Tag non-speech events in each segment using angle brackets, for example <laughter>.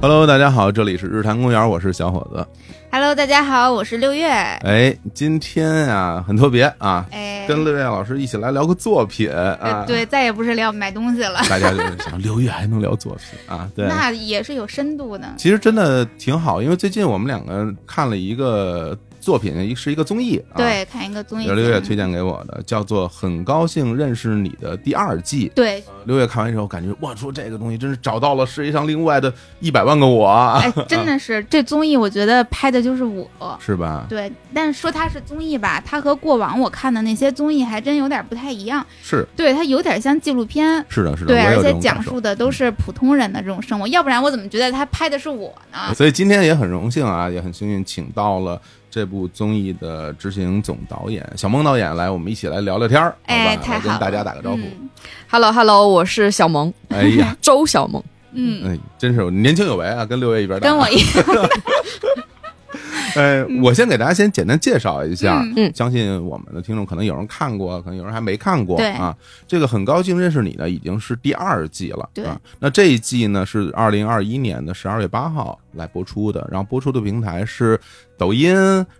Hello，大家好，这里是日坛公园，我是小伙子。 Hello，大家好，我是六月。哎，今天啊很特别啊，哎，跟六月老师一起来聊个作品啊呃。，对，再也不是聊买东西了，大家就是想六月还能聊作品 <laughs> 啊？对，啊那也是有深度的。其实真的挺好，因为最近我们两个看了一个作品，一是一个综艺啊。。对，看一个综艺节有目，六月推荐给我的，叫做《很高兴认识你》的第二季。 <laughs> 对，六月看完之后，感觉哇，说这个东西真是找到了世界上另外的一百万个我啊，哎，真的是这综艺，我觉得拍的就是我。是吧？对，但是说它是综艺吧，它和过往我看的那些综艺还真有点不太一样。是对，它有点像纪录片，是的，是的，对，我也而有这且种讲感受。述的都是普通人的这种生活，要不然我怎么觉得他拍的是我呢？所以今天也很荣幸啊，也很幸运，请到了这部综艺的执行总导演小孟导演来，我们一起来聊聊天儿，好吧？哎，太来好跟了，大家打个招呼。嗯 Hello Hello，我是小萌，哎呀，周小萌。嗯，哎，真是年轻有为啊，跟六 <laughs> 月一边大。跟 <laughs> 我一样。哎，我先给大家先简单介绍一下，嗯嗯相信我们的听众可能有人看过，可能有人还没看过对啊。这个很高兴认识你呢，已经是第二季了。对啊，那这一季呢是二零二一年的十二月八号来播出的，然后播出的平台是抖音，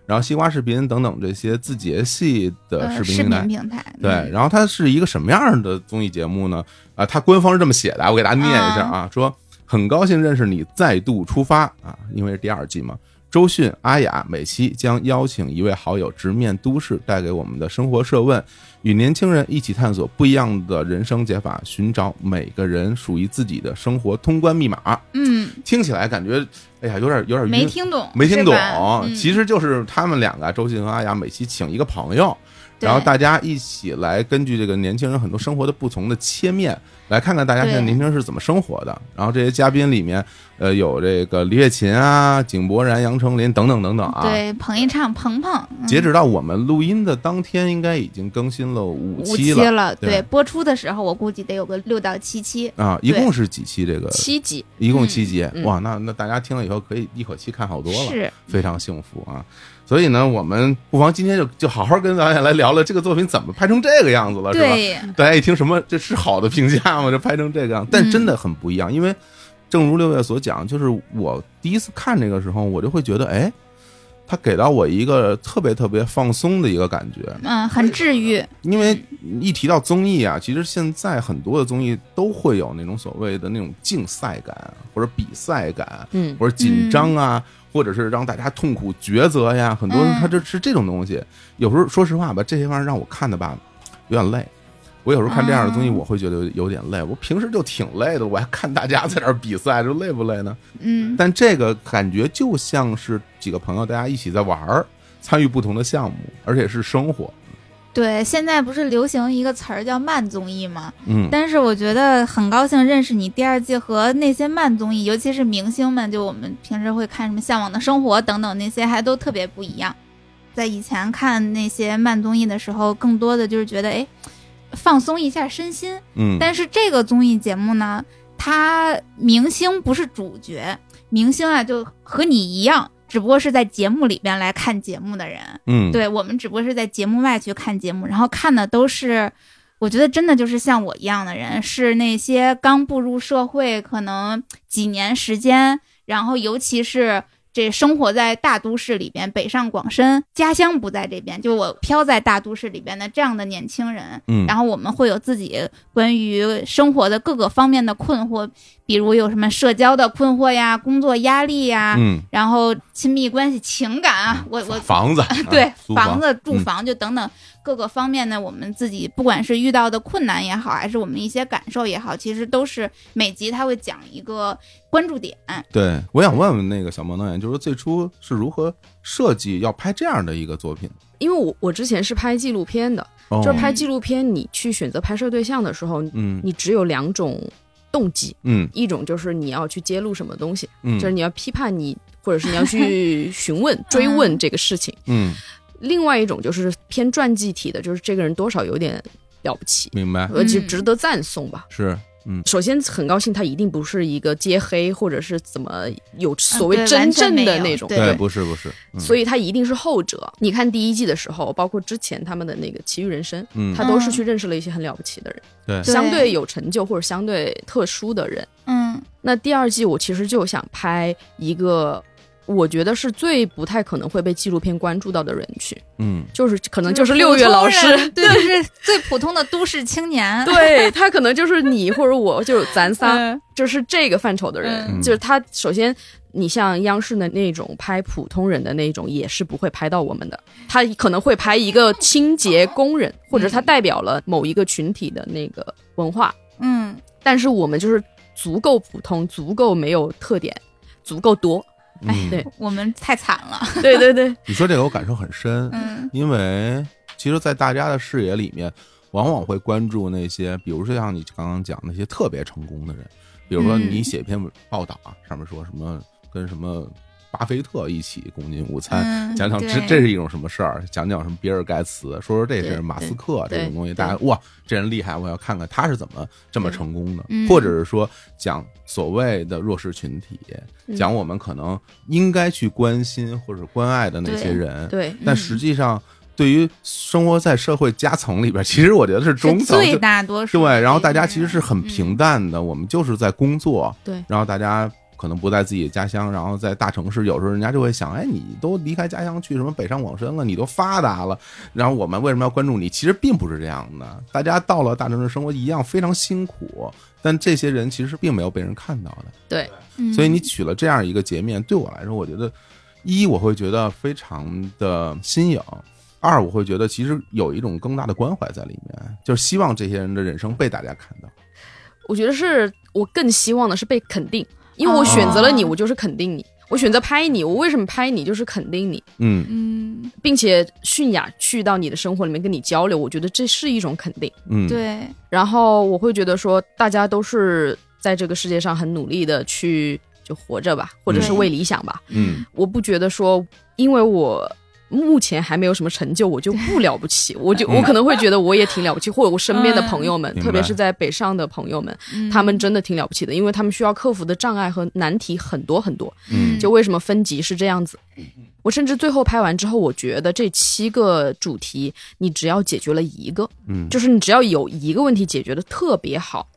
然后西瓜视频等等这些字节系的呃视频视平台频。平台，对嗯，然后它是一个什么样的综艺节目呢？啊，它官方是这么写的，我给大家念一下啊，说很高兴认识你，再度出发啊，因为是第二季嘛。周迅、阿雅每期将邀请一位好友直面都市带给我们的生活设问，与年轻人一起探索不一样的人生解法，寻找每个人属于自己的生活通关密码。嗯，听起来感觉，哎呀，有点有点晕没听懂，没听懂是吧，嗯、其实就是他们两个，周迅和阿雅每期请一个朋友，对然后大家一起来根据这个年轻人很多生活的不同的切面，来看看大家现在对年轻人是怎么生活的。然后这些嘉宾里面，呃，有这个李雪琴啊、井柏然、杨丞琳等等等等啊。对捧一场鹏鹏，嗯截止到我们录音的当天，应该已经更新了五五期嗯期了了，对对，播出的时候我估计得有个六到七期，啊！一对共是几期？这个七集，一共七集。嗯哇，那那大家听了以后可以一口气看好多了。啊是非常幸福啊。所以呢，我们不妨今天就就好好跟导演来聊聊这个作品怎么拍成这个样子了，是吧？对，大家一听什么这是好的评价吗？这拍成这个样，但真的很不一样，因为正如六月所讲，就是我第一次看这个时候，我就会觉得，哎，他给到我一个特别特别放松的一个感觉，嗯，很治愈，因为一提到综艺啊，其实现在很多的综艺都会有那种所谓的那种竞赛感或者比赛感，嗯，或者紧张啊，或者是让大家痛苦抉择呀，很多人嗯他这是这种东西。有时候说实话吧，这些玩意儿让我看的吧，有点累。我有时候看这样的东西，嗯我会觉得有点累。我平时就挺累的，我还看大家在这儿比赛，这累不累 <laughs> 呢？嗯，但这个感觉就像是几个朋友大家一起在玩儿，参与不同的项目，而且是生活。对，现在不是流行一个词儿叫慢综艺吗？嗯，但是我觉得很高兴认识你第二季和那些慢综艺，尤其是明星们，就我们平时会看什么《向往的生活》等等那些，还都特别不一样。在以前看那些慢综艺的时候，更多的就是觉得哎，放松一下身心。嗯，但是这个综艺节目呢，它明星不是主角，明星啊就和你一样，只不过是在节目里边来看节目的人。嗯，对我们只不过是在节目外去看节目，然后看的都是，我觉得真的就是像我一样的人，是那些刚步入社会可能几年时间，然后尤其是。这生活在大都市里边，北上广深，家乡不在这边，就我飘在大都市里边的这样的年轻人，嗯，然后我们会有自己关于生活的各个方面的困惑，比如有什么社交的困惑呀、工作压力呀，嗯，然后亲密关系、情感啊，我我房子 <laughs> 对啊租房子、住嗯房就等等各个方面呢，我们自己不管是遇到的困难也好，还是我们一些感受也好，其实都是每集他会讲一个关注点。对，我想问问那个小孟导演，就是最初是如何设计要拍这样的一个作品？因为我我之前是拍纪录片的，哦就是拍纪录片，你去选择拍摄对象的时候，嗯你只有两种动机，嗯一种就是你要去揭露什么东西，嗯，就是你要批判你，或者是你要去询问、追问这个事情；嗯，另外一种就是偏传记体的，就是这个人多少有点了不起，明白而且嗯值得赞颂吧。是嗯首先很高兴他一定不是一个揭黑或者是怎么有所谓嗯对真完全正的没有那种，对不是不是，嗯所以他一定是后者。你看第一季的时候，包括之前他们的那个《奇遇人生》，嗯他都是去认识了一些很了不起的人，对对相对有成就或者相对特殊的人。嗯那第二季我其实就想拍一个，我觉得是最不太可能会被纪录片关注到的人群，嗯就是可能就就是是六月老普通师人， <laughs> 对，就是最普通的都市青年。 <laughs> 对他可能就是你或者我，就是咱仨，嗯就是这个范畴的人，嗯就是他首先。你像央视的那种拍普通人的那种，也是不会拍到我们的。他可能会拍一个清洁工人，或者他嗯代表了某一个群体的那个文化，嗯，但是我们就是足够普通，足够没有特点，足够多。嗯，哎对 <laughs> 我们太惨了。对对对，你说这个我感受很深，嗯因为其实，在大家的视野里面，往往会关注那些，比如说像你刚刚讲那些特别成功的人，比如说嗯你写一篇报道啊，上面说什么跟什么巴菲特一起共进午餐，嗯，讲讲这对这是一种什么事儿，讲讲什么比尔盖茨，说说这对是马斯克对这种东西，对大家哇，这人厉害，我要看看他是怎么这么成功的嗯，或者是说讲所谓的弱势群体，嗯讲我们可能应该去关心或者关爱的那些对人，对，但实际上对于生活在社会夹层里边，其实我觉得是中是层，最就大多数对，的然后这大家些其实人是很嗯平淡的，我们就是在工作，对然后大家可能不在自己的家乡，然后在大城市，有时候人家就会想，哎，你都离开家乡去什么北上广深了，你都发达了，然后我们为什么要关注你？其实并不是这样的，大家到了大城市生活一样非常辛苦，但这些人其实并没有被人看到的。嗯所以你取了这样一个截面，对我来说，我觉得一我会觉得非常的新颖，二我会觉得其实有一种更大的关怀在里面，就是希望这些人的人生被大家看到。我觉得是我更希望的是被肯定，因为我选择了你，哦我就是肯定你；我选择拍你，我为什么拍你，就是肯定你，嗯嗯，并且泫雅去到你的生活里面跟你交流，我觉得这是一种肯定。嗯，对，然后我会觉得说，大家都是在这个世界上很努力的去就活着吧，或者是对为理想吧。嗯我不觉得说，因为我。目前还没有什么成就，我就不了不起，我就我可能会觉得我也挺了不起，或者我身边的朋友们，嗯特别明白是在北上的朋友们，嗯他们真的挺了不起的，因为他们需要克服的障碍和难题很多很多。嗯就为什么分级是这样子？嗯我甚至最后拍完之后，我觉得这七个主题，你只要解决了一个，嗯，就是你只要有一个问题解决的特别好，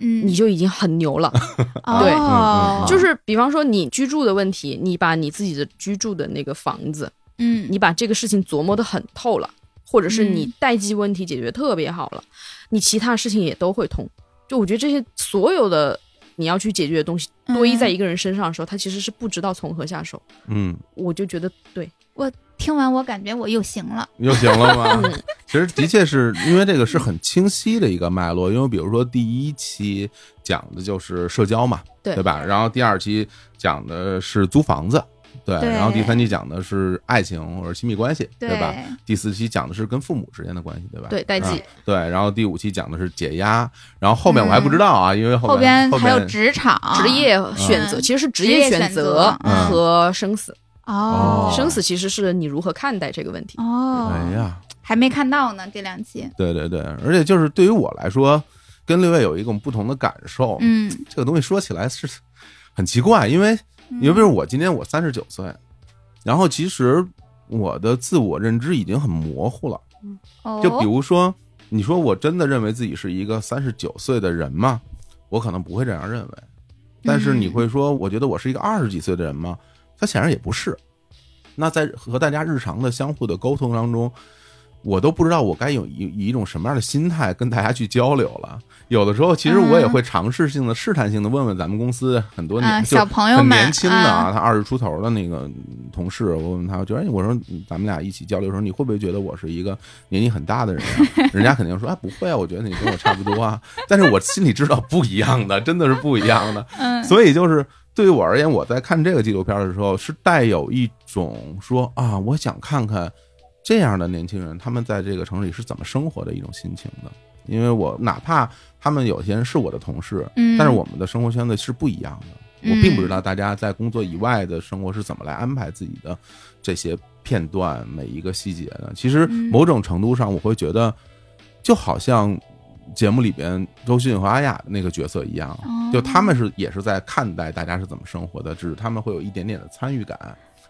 嗯你就已经很牛了。对嗯嗯嗯哦， <laughs> 就是比方说你居住的问题，你把你自己的居住的那个房子，嗯你把这个事情琢磨得很透了，或者是你嗯代际问题解决特别好了，你其他事情也都会通。就我觉得这些所有的你要去解决的东西，嗯多依在一个人身上的时候，他其实是不知道从何下手。嗯，我就觉得对，听完我感觉我又行了，又行了吗？嗯其实的确是因为这个是很清晰的一个脉络，因为比如说第一期讲的就是社交嘛，对吧？然后第二期讲的是租房子，对，对然后第三期讲的是爱情或者亲密关系，对对吧？？第四期讲的是跟父母之间的关系，对吧？对代际啊对，然后第五期讲的是解压，然后后面我还不知道啊，因为后后面边后还有面职场、职业选择、嗯其实是职职业选选择嗯和生死、哦哦，生死其实是你如何看待这个问题。哦，哎呀，还没看到呢，这两期，对对对，而且就是对于我来说，跟六月有一种不同的感受。嗯，这个东西说起来是很奇怪，因为嗯你比如我今年我三十九岁，然后其实我的自我认知已经很模糊了。哦就比如说，你说我真的认为自己是一个三十九岁的人吗？我可能不会这样认为。但是你会说，我觉得我是一个二十几岁的人吗？他显然也不是。那在和大家日常的相互的沟通当中，我都不知道我该有以以一种什么样的心态跟大家去交流了。有的时候，其实我也会尝试性的、试探性的问问咱们公司很多啊年、就小朋友很们年轻的啊啊，他二十出头的那个嗯同事，我问他，我觉得哎我说嗯咱们俩一起交流的时候，你会不会觉得我是一个年纪很大的人啊？人家肯定说啊、不会啊，我觉得你跟我差不多啊。 <laughs> 但是我心里知道不一样的，真的是不一样的。嗯所以就是对于我而言，我在看这个纪录片的时候，是带有一种说啊，我想看看这样的年轻人他们在这个城市里是怎么生活的一种心情的。因为我哪怕他们有些人是我的同事，嗯但是我们的生活圈子是不一样的。我并不知道大家在工作以外的生活是怎么来安排自己的这些片段、每一个细节的。其实嗯某种程度上，我会觉得，就好像节目里边周迅和阿雅那个角色一样，哦就他们是也是在看待大家是怎么生活的，只是他们会有一点点的参与感，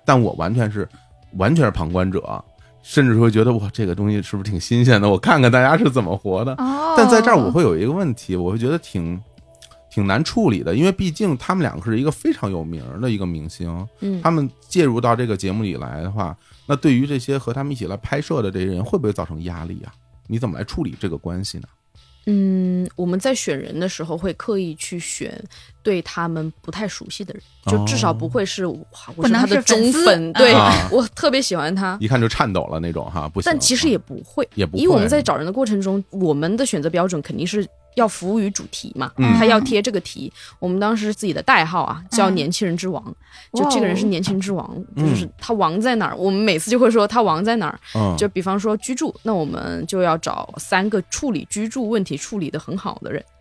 但我完全是完全是旁观者，甚至会觉得哇，这个东西是不是挺新鲜的？我看看大家是怎么活的。哦，但在这儿我会有一个问题，我会觉得挺挺难处理的，因为毕竟他们两个是一个非常有名儿的一个明星，嗯他们介入到这个节目里来的话，那对于这些和他们一起来拍摄的这些人，会不会造成压力啊？你怎么来处理这个关系呢？嗯，我们在选人的时候会刻意去选对他们不太熟悉的人，就至少不会是哇，我哦不能他的是粉忠丝粉，对、啊我特别喜欢他。一看就颤抖了那种哈，不行。但啊其实也不会，也不会因为我们在找人的过程中，我们的选择标准肯定是要服务于主题嘛，嗯他要贴这个题。我们当时自己的代号嗯啊叫“年轻人之王”，就哦这个人是年轻人之王，嗯就是他王在哪儿，我们每次就会说他王在哪儿。嗯就比方说居住，那我们就要找三个处理居住问题处理的很好的人。啊嗯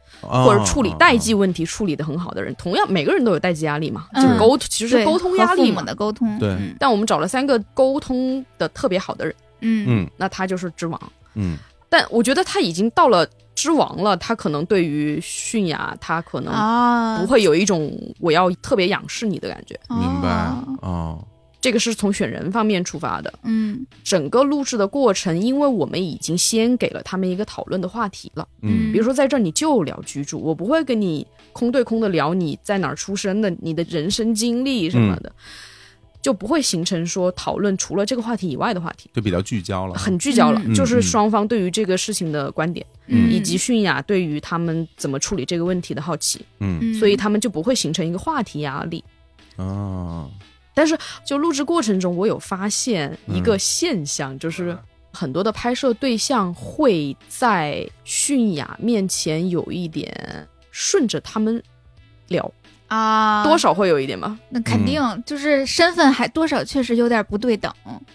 或者处理代际问题处理的很好的人，同样每个人都有代际压力嘛，就嗯沟其实对是沟通和压父力母嘛。的沟通，对嗯但我们找了三个沟通的特别好的人，嗯嗯那他就是之王。嗯但我觉得他已经到了之王了，他可能对于泫雅，他可能啊不会有一种我要特别仰视你的感觉。明白哦哦这个是从选人方面出发的。嗯整个录制的过程，因为我们已经先给了他们一个讨论的话题了。嗯比如说在这儿你就聊居住，我不会跟你空对空的聊你在哪儿出生的、你的人生经历什么的，嗯就不会形成说讨论除了这个话题以外的话题，就比较聚焦了，很聚焦了，嗯就嗯嗯是双方对于这个事情的观点，嗯以及泫雅对于他们怎么处理这个问题的好奇，嗯嗯所以他们就不会形成一个话题压力。啊但是就录制过程中，我有发现一嗯个现象，就是很多的拍摄对象会在泫雅面前有一点顺着他们聊，啊多少会有一点吧。那肯定就是身份还多少确实有点不对等，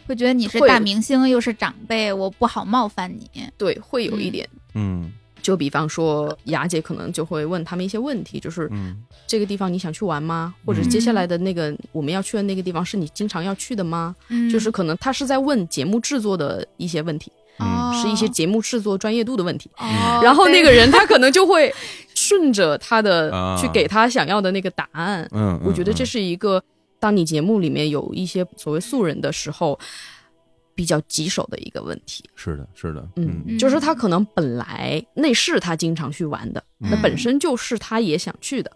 会觉得你是会大明星又是长辈，我不好冒犯你。对，会有一点。嗯就比方说，雅姐可能就会问他们一些问题，就是嗯这个地方你想去玩吗？或者嗯接下来的那个我们要去的那个地方是你经常要去的吗？嗯就是可能她是在问节目制作的一些问题，嗯是一些节目制作专业度的问题。哦然后那个对 <laughs> 人他可能就会顺着他的啊去给他想要的那个答案。嗯，我觉得这是一个，当你节目里面有一些所谓素人的时候，比较棘手的一个问题。是的是的嗯，嗯就是他可能本来那是他经常去玩的，那嗯本身就是他也想去的，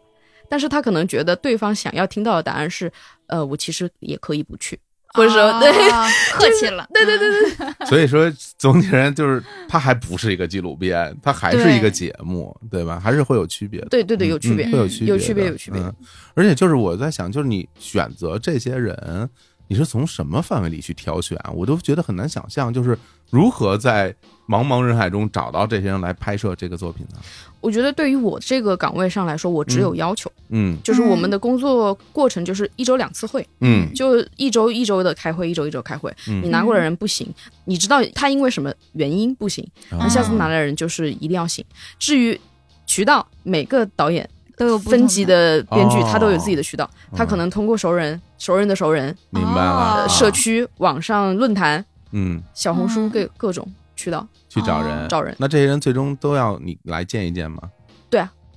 但是他可能觉得对方想要听到的答案是，呃，我其实也可以不去，或者说、哦对。 <laughs> 客气了，对对对对， <laughs> 所以说总体而言就是它还不是一个纪录片，它还是一个节目，对吧？还是会有区别的。 <laughs> 对对对，有区嗯别，会有区别的，有区别，有区别。嗯而且就是我在想，就是你选择这些人，你是从什么范围里去挑选啊？我都觉得很难想象，就是如何在茫茫人海中找到这些人来拍摄这个作品呢？我觉得对于我这个岗位上来说，我只有嗯要求，嗯就是我们的工作过程就是一周两次会，嗯就一周一周的开会，一周一周开会。嗯你拿过来人不行，你知道他因为什么原因不行，那那下次拿来来人就是一定要行。至于渠道，每个导演嗯都有不同分级的编剧哦嗯他都有自己的渠道，他可能通过熟人、熟人的熟人、明白了哦呃社区、网上论坛、嗯小红书嗯各各种渠道去找人找人。那这些人最终都要你来见一见吗？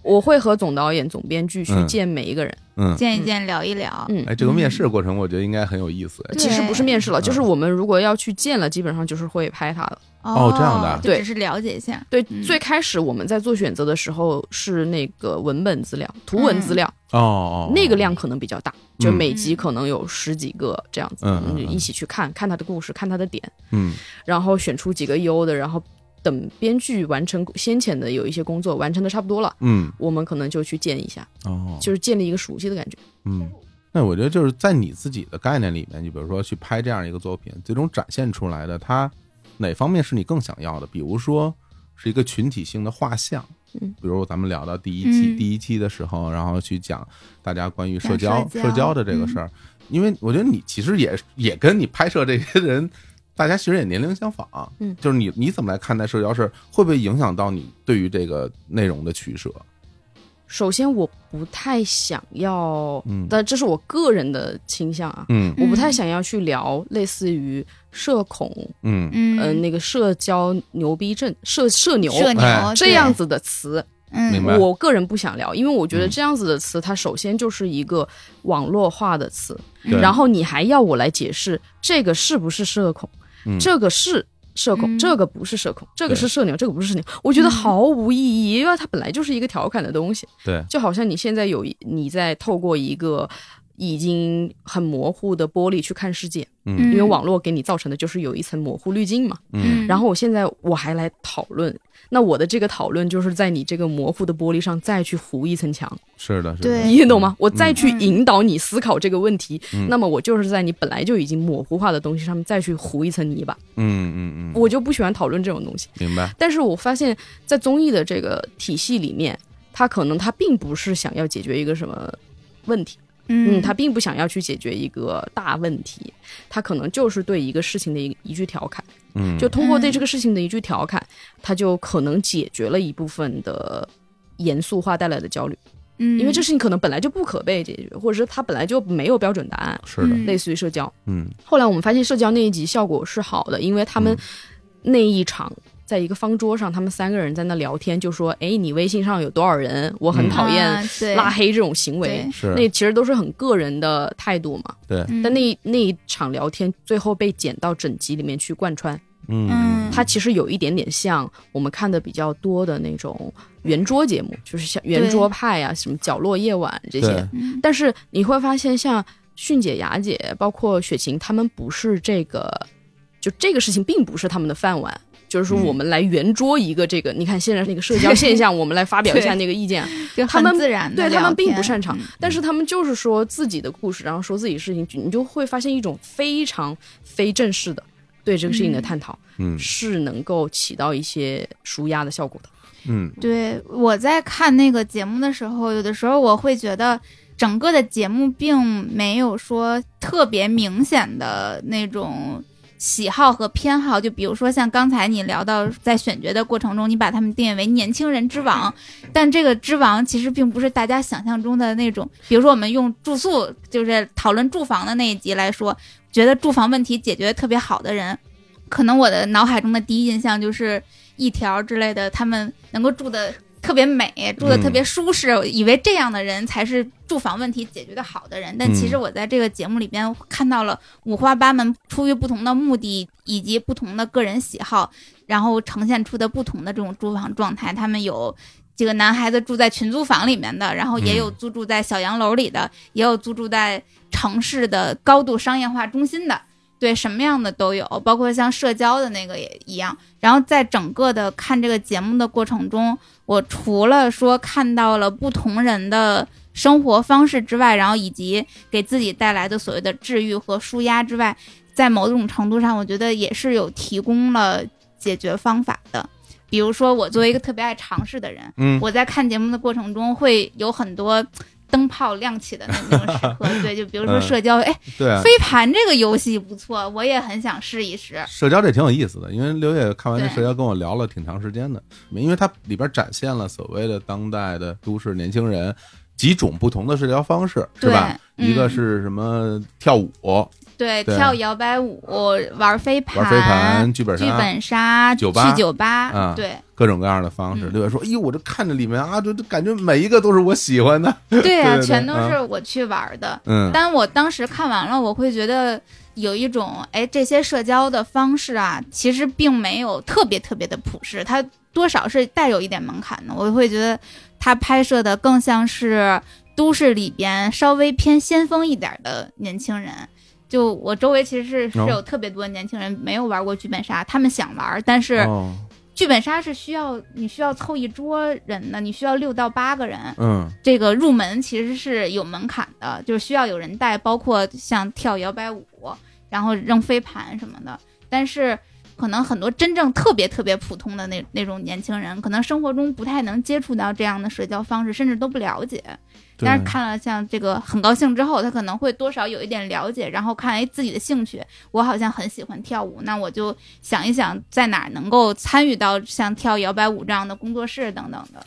我会和总导演、总编剧去嗯见每一个人。嗯，见一见，聊一聊。嗯哎，，这个面试过程我觉得应该很有意思。哎对其实不是面试了，嗯就是我们如果要去见了，基本上就是会拍他的。哦这样的啊就对只是了解一下。对，嗯最开始我们在做选择的时候是那个文本资料、图文嗯资料，哦哦，哦那个量可能比较大，就嗯每集可能有十几个这样子，嗯我们就嗯嗯一起去看看他的故事，看他的点，嗯然后选出几个优的，然后等编剧完成先前的有一些工作完成的差不多了，嗯我们可能就去见一下，哦，就是建立一个熟悉的感觉。嗯，那我觉得就是在你自己的概念里面，你比如说去拍这样一个作品，最终展现出来的它哪方面是你更想要的？比如说是一个群体性的画像，嗯，比如咱们聊到第一期、嗯第一期的时候，然后去讲大家关于社讲嗯交社交社交的这个事儿，因为我觉得你其实也也跟你拍摄这些人。大家其实也年龄相仿，嗯就是你你怎么来看待社交事儿，会不会影响到你对于这个内容的取舍？首先我不太想要嗯，但这是我个人的倾向啊，嗯我不太想要去聊类似于社恐，嗯嗯呃，那个社交牛逼症、社社牛社牛、哎这样子的词，对，嗯，明白我个人不想聊，因为我觉得嗯这样子的词，它首先就是一个网络化的词，对然后你还要我来解释这个是不是社恐，嗯这个是社恐，嗯这个不是社恐，这个对是社牛，这个不是社牛，我觉得毫无意义，因为它本来就是一个调侃的东西，对，就好像你现在有一你在透过一个。已经很模糊的玻璃去看世界，嗯因为网络给你造成的就是有一层模糊滤镜嘛。嗯然后我现在我还来讨论，那我的这个讨论就是在你这个模糊的玻璃上再去糊一层墙，是的，是的，对你懂吗？我再嗯去嗯引导你思考这个问题，嗯那么我就是在你本来就已经模糊化的东西上面再去糊一层泥巴，嗯嗯嗯，我就不喜欢讨论这种东西。明白，但是我发现，在综艺的这个体系里面，他可能他并不是想要解决一个什么问题，嗯，嗯，他并不想要去解决一个大问题，他可能就是对一个事情的一一句调侃。嗯，就通过对嗯这个事情的一句调侃，他就可能解决了一部分的严肃化带来的焦虑，嗯，因为这事情可能本来就不可被解决，或者是他本来就没有标准答案，是的，嗯类似于社交。嗯后来我们发现社交那一集效果是好的，因为他们那一场。在一个方桌上，他们三个人在那聊天，就说：“哎，你微信上有多少人？我很嗯讨厌啊对拉黑这种行为。对是，那其实都是很个人的态度嘛。对，嗯但那一那一场聊天最后被剪到整集里面去贯穿，嗯，它其实有一点点像我们看的比较多的那种圆桌节目，就是像圆桌派啊，什么角落夜晚这些对。，嗯但是你会发现，像迅姐、雅姐，包括雪晴，她们不是这个，就这个事情并不是他们的饭碗。就是说，嗯我们来圆桌一个这个，你看现在那个社交现象，我们来发表一下那个意见。就他很们自然 <laughs> 对地他们聊并不天擅长，但是他们就是说自己的故事，然后说自己事情，你就会发现一种非常非正式的对这个事情的探讨。嗯是能够起到一些舒压的效果的。嗯对，我在看那个节目的时候，有的时候我会觉得整个的节目并没有说特别明显的那种喜好和偏好。就比如说像刚才你聊到，在选角的过程中，你把他们定义为年轻人之王，但这个之王其实并不是大家想象中的那种。比如说，我们用住宿，就是讨论住房的那一集来说，觉得住房问题解决的特别好的人，可能我的脑海中的第一印象就是。一条之类的，他们能够住的特别美，住的特别舒适，我以为这样的人才是住房问题解决的好的人。但其实我在这个节目里边看到了五花八门，出于不同的目的以及不同的个人喜好，然后呈现出的不同的这种住房状态。他们有。这个男孩子住在群租房里面的，然后也有租住在小洋楼里的，也有租住在城市的高度商业化中心的，对，什么样的都有，包括像社交的那个也一样。然后在整个的看这个节目的过程中，我除了说看到了不同人的生活方式之外，然后以及给自己带来的所谓的治愈和舒压之外，在某种程度上，我觉得也是有提供了解决方法的。比如说，我作为一个特别爱尝试的人，嗯，我在看节目的过程中会有很多呃灯泡亮起的那那种时刻， <laughs> 对，就比如说嗯社交，哎，对，啊飞盘这个游戏不错，我也很想试一试。社交这挺有意思的，因为刘烨看完这对社交跟我聊了挺长时间的，因为它里边展现了所谓的当代的都市年轻人几种不同的社交方式，是对吧？嗯一个是什么跳舞、对，对跳摇摆舞、玩飞盘、玩飞盘、剧本剧杀，本杀、酒吧去酒吧，啊对各种各样的方式。嗯刘烨说：“哎呦，我这看着里面啊，就就感觉每一个都是我喜欢的。对 <laughs> 啊，对对全都是我去玩的”。嗯，但我当时看完了，我会觉得有一种，哎，这些社交的方式啊，其实并没有特别特别的普世，它多少是带有一点门槛的。我会觉得它拍摄的更像是都市里边稍微偏先锋一点的年轻人。就我周围其实是是哦有特别多年轻人没有玩过剧本杀，他们想玩，但是、哦剧本杀是需要你需要凑一桌人的，你需要六到八个人。嗯这个入门其实是有门槛的，就是需要有人带，包括像跳摇摆舞，然后扔飞盘什么的。但是可能很多真正特别特别普通的那那种年轻人，可能生活中不太能接触到这样的社交方式，甚至都不了解。对但是看了像这个很高兴之后，他可能会多少有一点了解，然后看哎自己的兴趣，我好像很喜欢跳舞，那我就想一想在哪儿能够参与到像跳摇摆舞这样的工作室等等的。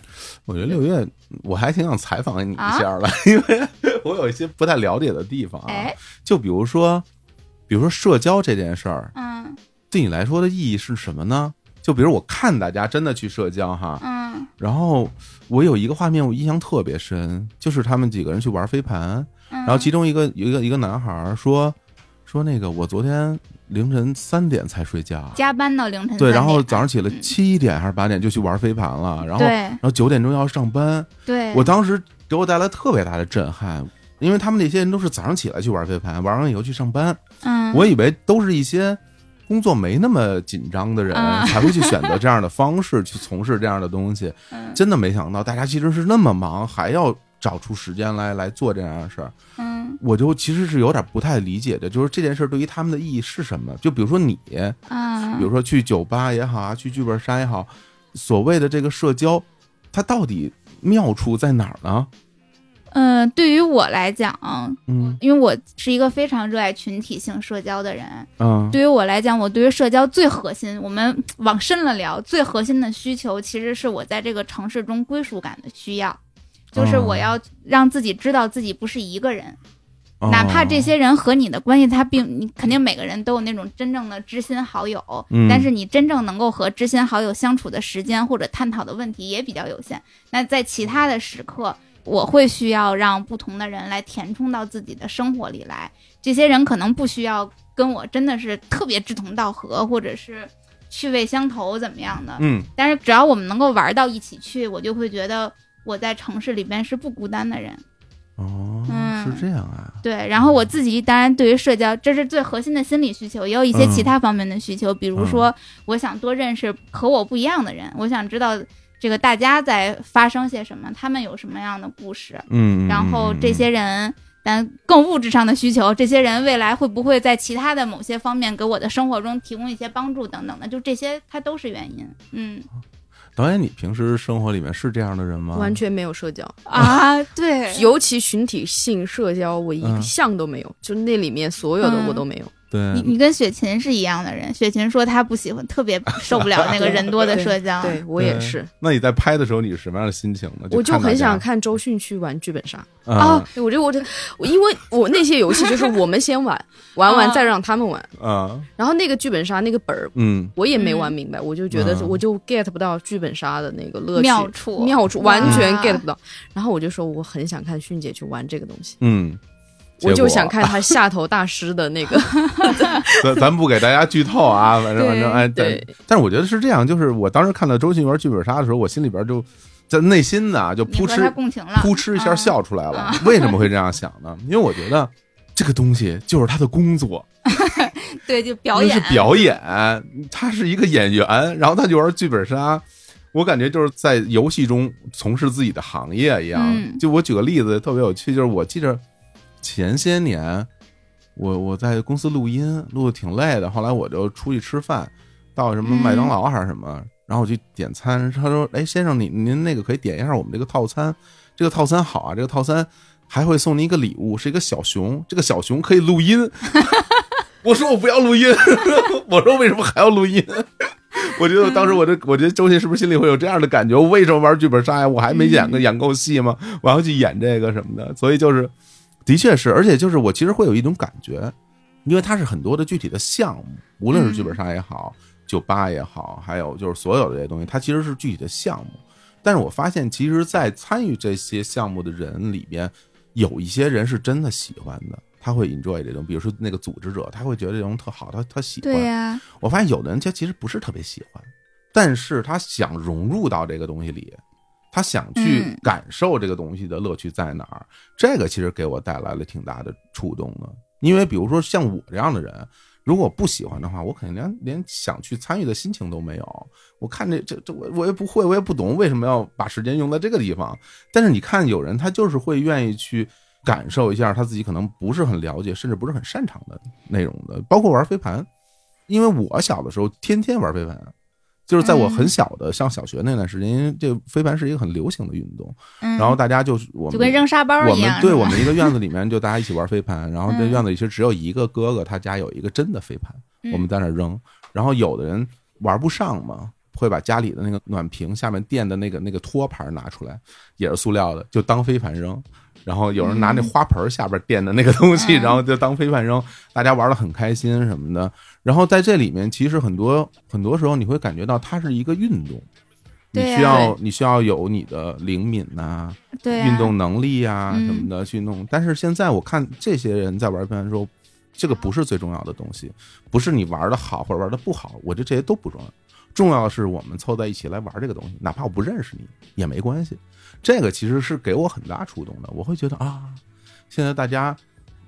我觉得六月，我还挺想采访你一啊下的， <laughs> 因为我有一些不太了解的地方啊哎。，就比如说，比如说社交这件事儿，嗯对你来说的意义是什么呢？就比如我看大家真的去社交哈，嗯然后我有一个画面我印象特别深，就是他们几个人去玩飞盘，嗯，然后其中一个有一个一个男孩儿说说那个我昨天凌晨三点才睡觉，加班到凌晨对，三然后点早上起来嗯七点还是八点就去玩飞盘了，然后对然后九点钟要上班，对，我当时给我带来特别大的震撼，因为他们那些人都是早上起来去玩飞盘，玩完以后去上班，嗯我以为都是一些工作没那么紧张的人嗯 <laughs> 才会去选择这样的方式去从事这样的东西，嗯真的没想到大家其实是那么忙，还要找出时间来来做这样的事儿，嗯我就其实是有点不太理解的，就是这件事儿对于他们的意义是什么？就比如说你，比嗯，如说去酒吧也好啊，去剧本杀也好，所谓的这个社交，它到底妙处在哪儿呢？嗯，对于我来讲，嗯因为我是一个非常热爱群体性社交的人。嗯，对于我来讲，我对于社交最核心，我们往深了聊，最核心的需求其实是我在这个城市中归属感的需要，就是嗯我要让自己知道自己不是一个人，哦哪怕这些人和你的关系，他并你肯定每个人都有那种真正的知心好友，嗯但是你真正能够和知心好友相处的时间或者探讨的问题也比较有限。那在其他的时刻，我会需要让不同的人来填充到自己的生活里来。这些人可能不需要跟我真的是特别志同道合，或者是趣味相投怎么样的，嗯但是只要我们能够玩到一起去，我就会觉得我在城市里边是不孤单的人。哦嗯是这样啊，对，然后我自己当然对于社交，这是最核心的心理需求，也有一些嗯其他方面的需求，比如说我想多认识和我不一样的人，我想知道这个大家在发生些什么，他们有什么样的故事，嗯，然后这些人。但更物质上的需求，这些人未来会不会在其他的某些方面给我的生活中提供一些帮助等等的，就这些，它都是原因。嗯导演，你平时生活里面是这样的人吗？完全没有社交，啊，对尤其群体性社交，我一嗯项都没有，就那里面所有的我都没有。对你你跟雪琴是一样的人，雪琴说她不喜欢，特别受不了那个人多的社交。对我也是，。那你在拍的时候，你是什么样的心情呢？我就就很想看看周迅去玩剧本杀。大家哦啊，对我觉得我这，我因为我那些游戏就是我们先玩，玩完啊再让他们玩。啊啊然后那个剧本杀那个本儿，嗯我也没玩明白，我就觉得嗯我就 get 不到剧本杀的那个乐趣妙嗯处妙处完全哇 get 不到。然后我就说我很想看迅姐去玩这个东西，嗯，结我就果想看她下头大师的那个咱咱不给大家剧透啊，反正对反正哎，但对但是我觉得是这样，就是我当时看到周迅玩剧本杀的时候，我心里边就在内心呢就你扑和他哧共情了，扑哧一下嗯。笑出来了。为什么会这样想呢？因为我觉得这个东西就是他的工作，对，就表那演。是表演，他是一个演员，然后他就玩剧本杀。我感觉就是在游戏中从事自己的行业一样。嗯就我举个例子，特别有趣，就是我记着前些年，我我在公司录音，录的挺累的，后来我就出去吃饭，到什么麦当劳还是什么，然后我去点餐，他说：“哎，先生，你您那个可以点一下我们这个套餐，这个套餐好啊，这个套餐还会送您一个礼物，是一个小熊，这个小熊可以录音。” <laughs> 我说我不要录音， <laughs> 我说为什么还要录音？ <laughs> 我觉嗯得当时我这，我觉得周迅是不是心里会有这样的感觉？我为什么玩剧本杀呀？我还没嗯演个演够戏吗？我还要去演这个什么的，所以就是，的确是，而且就是我其实会有一种感觉，因为它是很多的具体的项目，无论是剧本嗯杀也好，酒吧也好，还有就是所有的这些东西，它其实是具体的项目。但是我发现，其实，在参与这些项目的人里边，有一些人是真的喜欢的，他会 enjoy 这种，比如说那个组织者，他会觉得这种特好，他他喜欢。对呀、我发现有的人他其实不是特别喜欢，但是他想融入到这个东西里，他想去嗯感受这个东西的乐趣在哪儿。这个其实给我带来了挺大的触动的，因为比如说像我这样的人。如果不喜欢的话，我肯定连连想去参与的心情都没有。我看这这这我我也不会，我也不懂，为什么要把时间用在这个地方？但是你看，有人他就是会愿意去感受一下他自己可能不是很了解，甚至不是很擅长的内容的，包括玩飞盘，因为我小的时候天天玩飞盘，就是在我很小的上小学那段时间，因为这飞盘是一个很流行的运动，嗯，然后大家就是我就跟们扔沙包我一样，们对是吧我们一个院子里面就大家一起玩飞盘，然后这嗯院子里其实只有一个哥哥，他家有一个真的飞盘，嗯我们在那儿扔，然后有的人玩不上嘛。会把家里的那个暖瓶下面垫的那个那个托盘拿出来，也是塑料的，就当飞盘扔。然后有人拿那花盆下边垫的那个东西，嗯然后就当飞盘扔，大家玩的很开心什么的。然后在这里面，其实很多很多时候你会感觉到它是一个运动，你对需啊要你需要有你的灵敏呐、对啊运动能力呀、嗯什么的去弄。但是现在我看这些人在玩飞盘的时候，这个不是最重要的东西，不是你玩的好或者玩的不好，我觉得这些都不重要。重要的是我们凑在一起来玩这个东西，哪怕我不认识你也没关系。这个其实是给我很大触动的，我会觉得啊，现在大家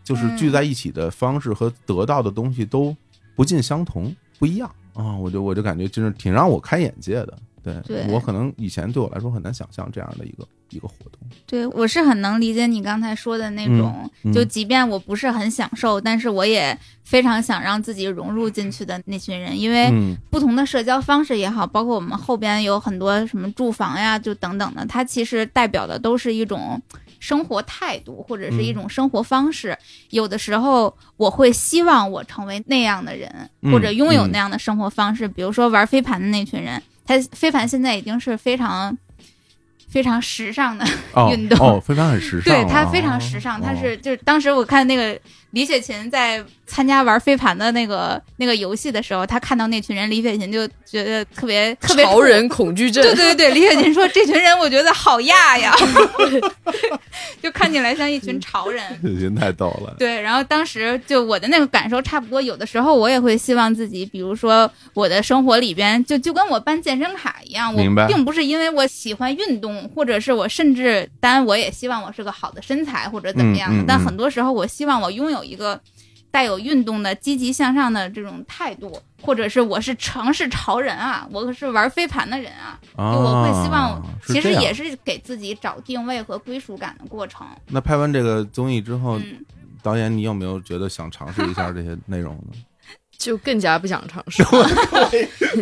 就是聚在一起的方式和得到的东西都不尽相同，不一样啊。我就我就感觉就是挺让我开眼界的。对对我可能以前对我来说很难想象这样的一个一个活动。对，我是很能理解你刚才说的那嗯种，嗯就即便我不是很享受，但是我也非常想让自己融入进去的那群人，因为嗯不同的社交方式也好，包括我们后边有很多什么住房呀，就等等的，它其实代表的都是一种生活态度或者是一种生活方式。有的时候我会希望我成为那样的人，嗯或者拥有嗯那样的生活方式。比如说玩飞盘的那群人，他飞盘现在已经是非常。非常时尚的哦运动哦，非常很时尚啊，哦对它非常时尚，它是就是当时我看那个李雪琴在参加玩飞盘的那个那个游戏的时候，她看到那群人，李雪琴就觉得特别特别潮。人恐惧症对，对对，李雪琴说这群人我觉得好亚呀， <laughs> 就看起来像一群潮人。这人太逗了。对，然后当时就我的那个感受差不多，有的时候我也会希望自己，比如说我的生活里边，就就跟我办健身卡一样，我明白并不是因为我喜欢运动，或者是我甚至当然我也希望我是个好的身材或者怎么样嗯的，嗯但嗯很多时候我希望我拥有一个带有运动的积极向上的这种态度，或者是我是城市潮人啊，我可是玩飞盘的人啊，啊，就我会希望是其实这样也是给自己找定位和归属感的过程。那拍完这个综艺之后，嗯， <laughs> 导演你有没有觉得想尝试一下这些内容呢？就更加不想尝试。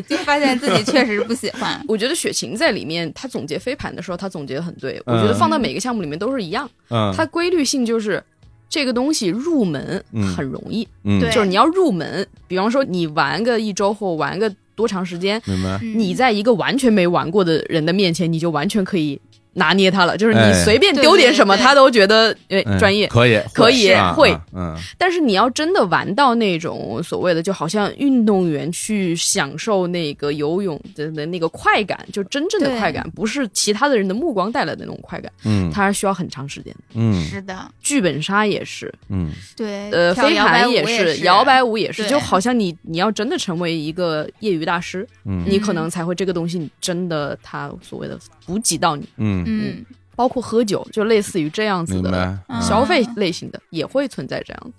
就发现自己确实不喜欢。我觉得雪晴在里面，她总结飞盘的时候，她总结的很对。我嗯觉得放到每个项目里面都是一样，嗯， <laughs> 它规律性就是这个东西入门嗯很容易，嗯对就是你要入门，比方说你玩个一周或玩个多长时间，明白。嗯你在一个完全没玩过的人的面前，你就完全可以拿捏它了，就是你哎随便丢点什么，对对对他都觉得呃嗯专业。可以可以啊会啊嗯但是你要真的玩到那种所谓的，就好像运动员去享受那个游泳的的那个快感，就真正的对快感，不是其他的人的目光带来的那种快感，嗯它是需要很长时间的。嗯是的，剧本杀也是，嗯对，呃，哎跳飞摇摆盘舞也是，摇摆舞也是，对就好像你你要真的成为一个业余大师，嗯你可能才会这个东西真的它所谓的补给到你，嗯，嗯，包括喝酒，就类似于这样子明的白。嗯消费类型的也会存在这样子，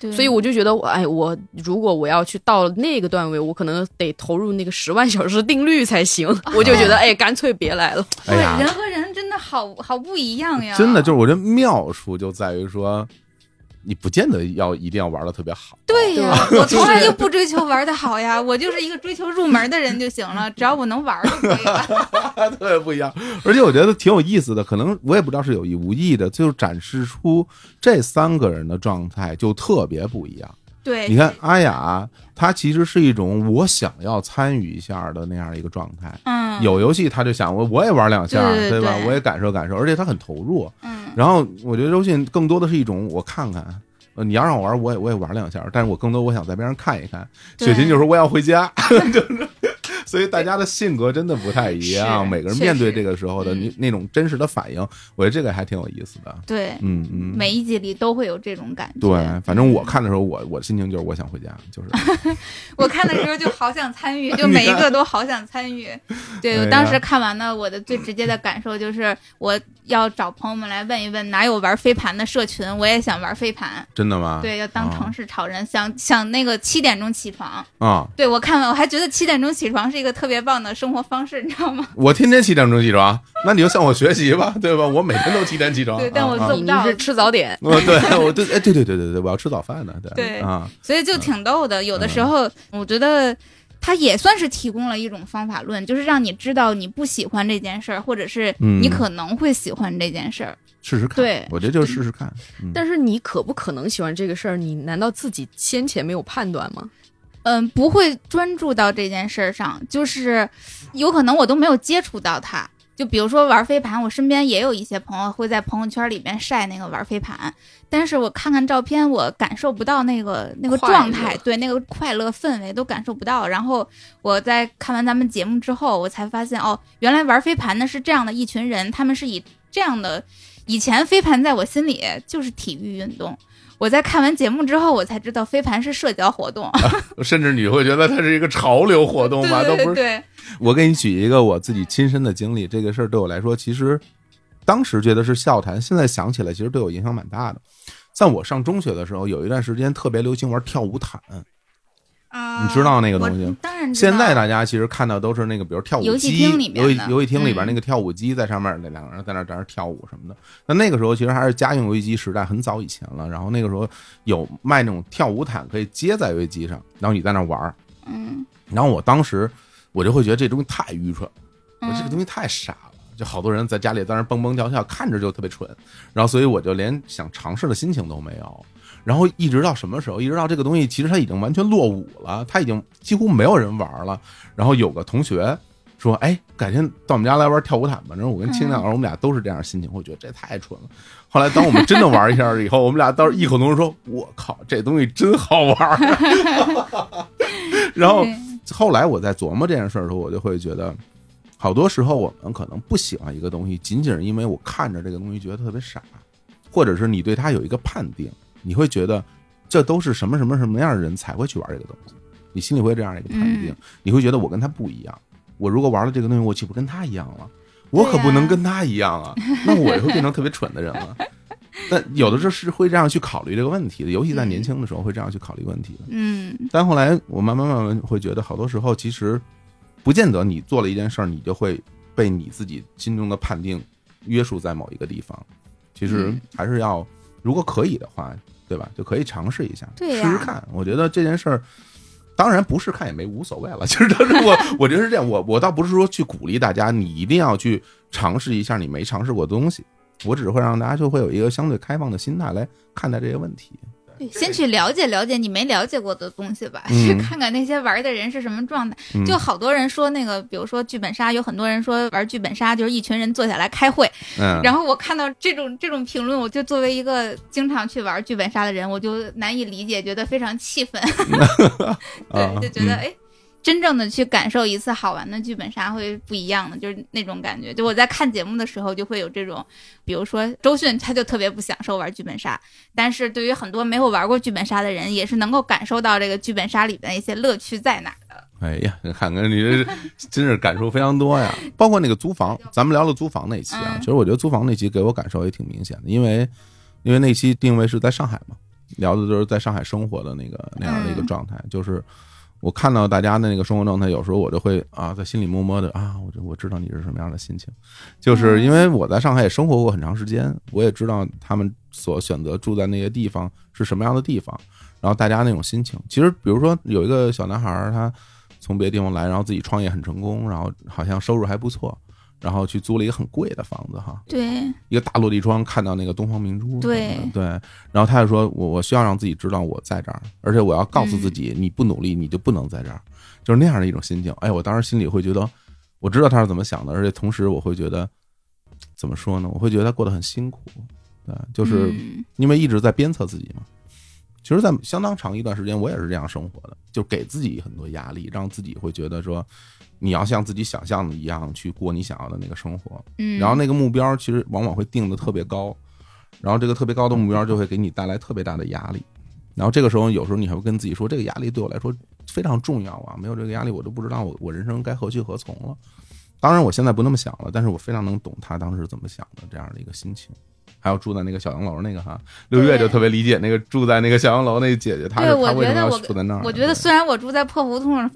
对，所以我就觉得，哎，我如果我要去到那个段位，我可能得投入那个十万小时定律才 <laughs> 行，我就觉得，哎，干脆别来了。哎对呀，人和人真的好好不一样呀，真的就是我觉得妙处就在于说，你不见得要一定要玩的特别好。对呀，对 <laughs> 我从来就不追求玩的好呀，我就是一个追求入门的人就行了，只要我能玩儿就可以了。特别不一样。而且我觉得挺有意思的，可能我也不知道是有意无意的，就展示出这三个人的状态就特别不一样。对，你看，阿雅，她其实是一种我想要参与一下的那样一个状态。嗯，有游戏，她就想我我也玩两下，对对吧？对我也感受感受，而且她很投入。嗯，然后我觉得周迅更多的是一种我看看。呃，你要让我玩，我也我也玩两下，但是我更多我想在边上看一看。对雪琴就说我要回 <laughs> 家， <laughs> 就是，所以大家的性格真的不太一样，是每个人确面对实这个时候的嗯你那种真实的反应，我觉得这个还挺有意思的。对，嗯嗯，每一集里都会有这种感觉。对，反正我看的时候，我我心情就是我想回家， <laughs> 就是我看的时候就好想参 <laughs> 与，就每一个都好想参与。对，哎呀我当时看完呢，我的最直接的感受就是，我要找朋友们来问一问，哪有玩飞盘的社群？我也想玩飞盘。真的吗？对，要当啊城市潮人，想想那个七点钟起床。啊，对我看完，我还觉得七点钟起床是一个特别棒的生活方式，你知道吗？我天天七点钟起床，啊那你就向我学习吧， <laughs> 对吧？我每天都七点起床。对但我啊做啊不你到是吃早点，我对我对哎对对对对对，我要吃早饭呢，对对啊，所以就挺逗的。有的嗯时候，我觉得他也算是提供了一种方法论，就是让你知道你不喜欢这件事儿，或者是嗯你可能会喜欢这件事儿。试试看。对我觉得就是试试看。嗯但是你可不可能喜欢这个事儿？你难道自己先前没有判断吗？嗯，不会专注到这件事儿上，就是有可能我都没有接触到它。就比如说玩飞盘，我身边也有一些朋友会在朋友圈里边晒那个玩飞盘，但是我看看照片，我感受不到那个那个快乐状态，对那个快乐氛围都感受不到。然后我在看完咱们节目之后，我才发现哦，原来玩飞盘的是这样的一群人，他们是以这样的。以前飞盘在我心里就是体育运动，我在看完节目之后，我才知道飞盘是社交活动。 <laughs> 甚至你会觉得它是一个潮流活动吧，都 <laughs> 对对不是。对，我给你举一个我自己亲身的经历，这个事儿对我来说，其实当时觉得是笑谈，现在想起来其实对我影响蛮大的。在我上中学的时候，有一段时间特别流行玩跳舞毯，啊你知道那个东西我当然知道现在大家其实看到都是那个，比如跳舞机，游戏厅里面的游戏游戏厅里边嗯那个跳舞机在上面，那两个人在那儿在那儿跳舞什么的。那那个时候其实还是家用游戏机时代，很早以前了。然后那个时候有卖那种跳舞毯可以接在游戏机上，然后你在那儿玩儿。嗯，然后我当时我就会觉得这东西太愚蠢，我这个东西西太傻了。就好多人在家里在那儿蹦蹦跳跳，看着就特别蠢，然后所以我就连想尝试的心情都没有。然后一直到什么时候？一直到这个东西其实它已经完全落伍了，它已经几乎没有人玩了。然后有个同学说：“哎，改天到我们家来玩跳舞毯吧。”然后我跟清亮，我们俩都是这样的心情，我觉得这太蠢了。后来当我们真的玩一下以后，我们俩倒是异口同声说：“我靠，这东西真好玩儿。”然后后来我在琢磨这件事儿的时候，我就会觉得，好多时候我们可能不喜欢一个东西，仅仅是因为我看着这个东西觉得特别傻，或者是你对它有一个判定，你会觉得这都是什么什么什么样的人才会去玩这个东西，你心里会有这样一个判定，你会觉得我跟他不一样，我如果玩了这个东西，我岂不跟他一样了？我可不能跟他一样啊， <laughs> 那我就会变成特别蠢的人了。但有的时候是会这样去考虑这个问题的，尤其在年轻的时候会这样去考虑问题的。嗯但后来我慢慢慢慢会觉得，好多时候其实不见得你做了一件事儿，你就会被你自己心中的判定约束在某一个地方。其实嗯还是要，如果可以的话，对吧？就可以尝试一下，对呀啊试试看。我觉得这件事儿。当然不试看也没无所谓了， <laughs> 其实当时我我觉得是这样，我我倒不是说去鼓励大家，你一定要去尝试一下你没尝试过的东西，我只是会让大家就会有一个相对开放的心态来看待这些问题。对，先去了解了解你没了解过的东西吧，嗯去看看那些玩的人是什么状态。嗯就好多人说那个，比如说剧本杀，有很多人说玩剧本杀就是一群人坐下来开会。嗯，然后我看到这种这种评论，我就作为一个经常去玩剧本杀的人，我就难以理解，觉得非常气愤。啊对，就觉得嗯哎、诶真正的去感受一次好玩的剧本杀会不一样的，就是那种感觉。就我在看节目的时候，就会有这种，比如说周迅，他就特别不享受玩剧本杀，但是对于很多没有玩过剧本杀的人，也是能够感受到这个剧本杀里的一些乐趣在哪儿的。哎呀，你看看你这是真是感受非常多呀！包括那个租房，咱们聊了租房那一期啊，嗯其实我觉得租房那期给我感受也挺明显的，因为因为那期定位是在上海嘛，聊的就是在上海生活的那个那样的一个嗯状态，就是我看到大家的那个生活状态，有时候我就会啊，在心里默默的啊，我就我知道你是什么样的心情，就是因为我在上海也生活过很长时间，我也知道他们所选择住在那些地方是什么样的地方，然后大家那种心情。其实，比如说有一个小男孩儿，他从别的地方来，然后自己创业很成功，然后好像收入还不错，然后去租了一个很贵的房子哈，对，一个大落地窗，看到那个东方明珠什么的，对对然后他就说，我我需要让自己知道我在这儿，而且我要告诉自己，你不努力你就不能在这儿，就是那样的一种心情。哎，我当时心里会觉得，我知道他是怎么想的，而且同时我会觉得，怎么说呢？我会觉得他过得很辛苦，对，就是嗯因为一直在鞭策自己嘛。其实，在相当长一段时间，我也是这样生活的，就给自己很多压力，让自己会觉得说，你要像自己想象的一样去过你想要的那个生活。嗯，然后那个目标其实往往会定的特别高，然后这个特别高的目标就会给你带来特别大的压力。然后这个时候，有时候你还会跟自己说，这个压力对我来说非常重要啊，没有这个压力，我都不知道我我人生该何去何从了。当然，我现在不那么想了，但是我非常能懂他当时怎么想的这样的一个心情。还有住在那个小洋楼那个哈，六月就特别理解那个住在那个小洋楼那个姐姐，她是对我她为什么觉得要我住在那儿？嗯我觉得啊对虽然我住在破胡同里，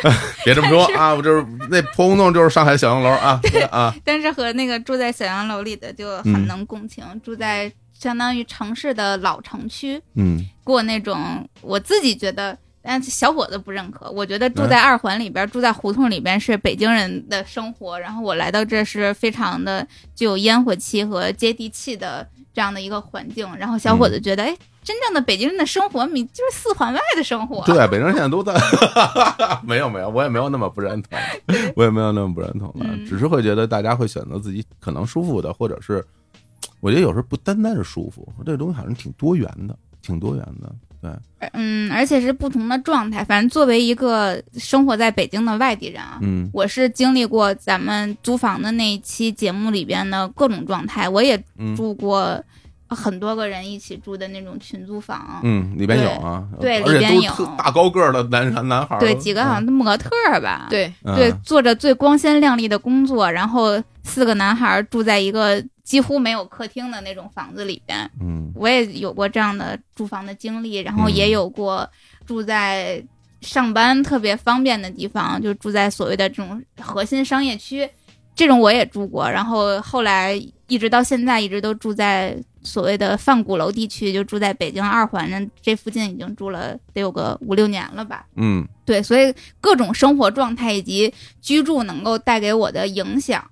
<laughs> 别这么说啊，我就是那破胡同就是上海小洋楼 <laughs> 啊啊，但是和那个住在小洋楼里的就嗯很能共情。住在相当于城市的老城区，嗯过那种我自己觉得，但是小伙子不认可。我觉得住在二环里边，住在胡同里边是北京人的生活，然后我来到这是非常的具有烟火气和接地气的这样的一个环境。然后小伙嗯子觉得，哎，真正的北京人的生活，你就是四环外的生活。对，北京人现在都在， <laughs> 没有没有，我也没有那么不认同，我也没有那么不认同了，嗯只是会觉得大家会选择自己可能舒服的，或者是我觉得有时候不单单是舒服，这个东西好像挺多元的，挺多元的，对，嗯，而且是不同的状态。反正作为一个生活在北京的外地人啊，嗯我是经历过咱们租房的那一期节目里边的各种状态，我也嗯住过很多个人一起住的那种群租房，嗯，里边有啊，对而里且边都是有特大高个儿的男男孩儿，对，几个好像模特儿吧，对，嗯对，做着最光鲜亮丽的工作，然后四个男孩住在一个几乎没有客厅的那种房子里边，嗯我也有过这样的住房的经历，然后也有过住在上班特别方便的地方，就住在所谓的这种核心商业区，这种我也住过。然后后来一直到现在，一直都住在所谓的范鼓楼地区，就住在北京二环那这附近，已经住了得有个五六年了吧。嗯对，所以各种生活状态以及居住能够带给我的影响，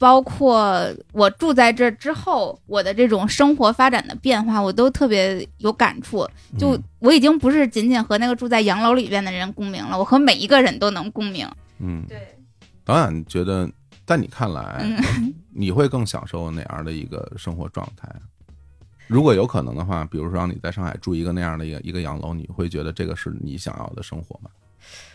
包括我住在这之后我的这种生活发展的变化，我都特别有感触。就嗯我已经不是仅仅和那个住在洋楼里边的人共鸣了，我和每一个人都能共鸣。嗯，对，导演觉得在你看来，嗯 <laughs> 你会更享受哪样的一个生活状态？如果有可能的话，比如说让你在上海住一个那样的一个一个洋楼，你会觉得这个是你想要的生活吗？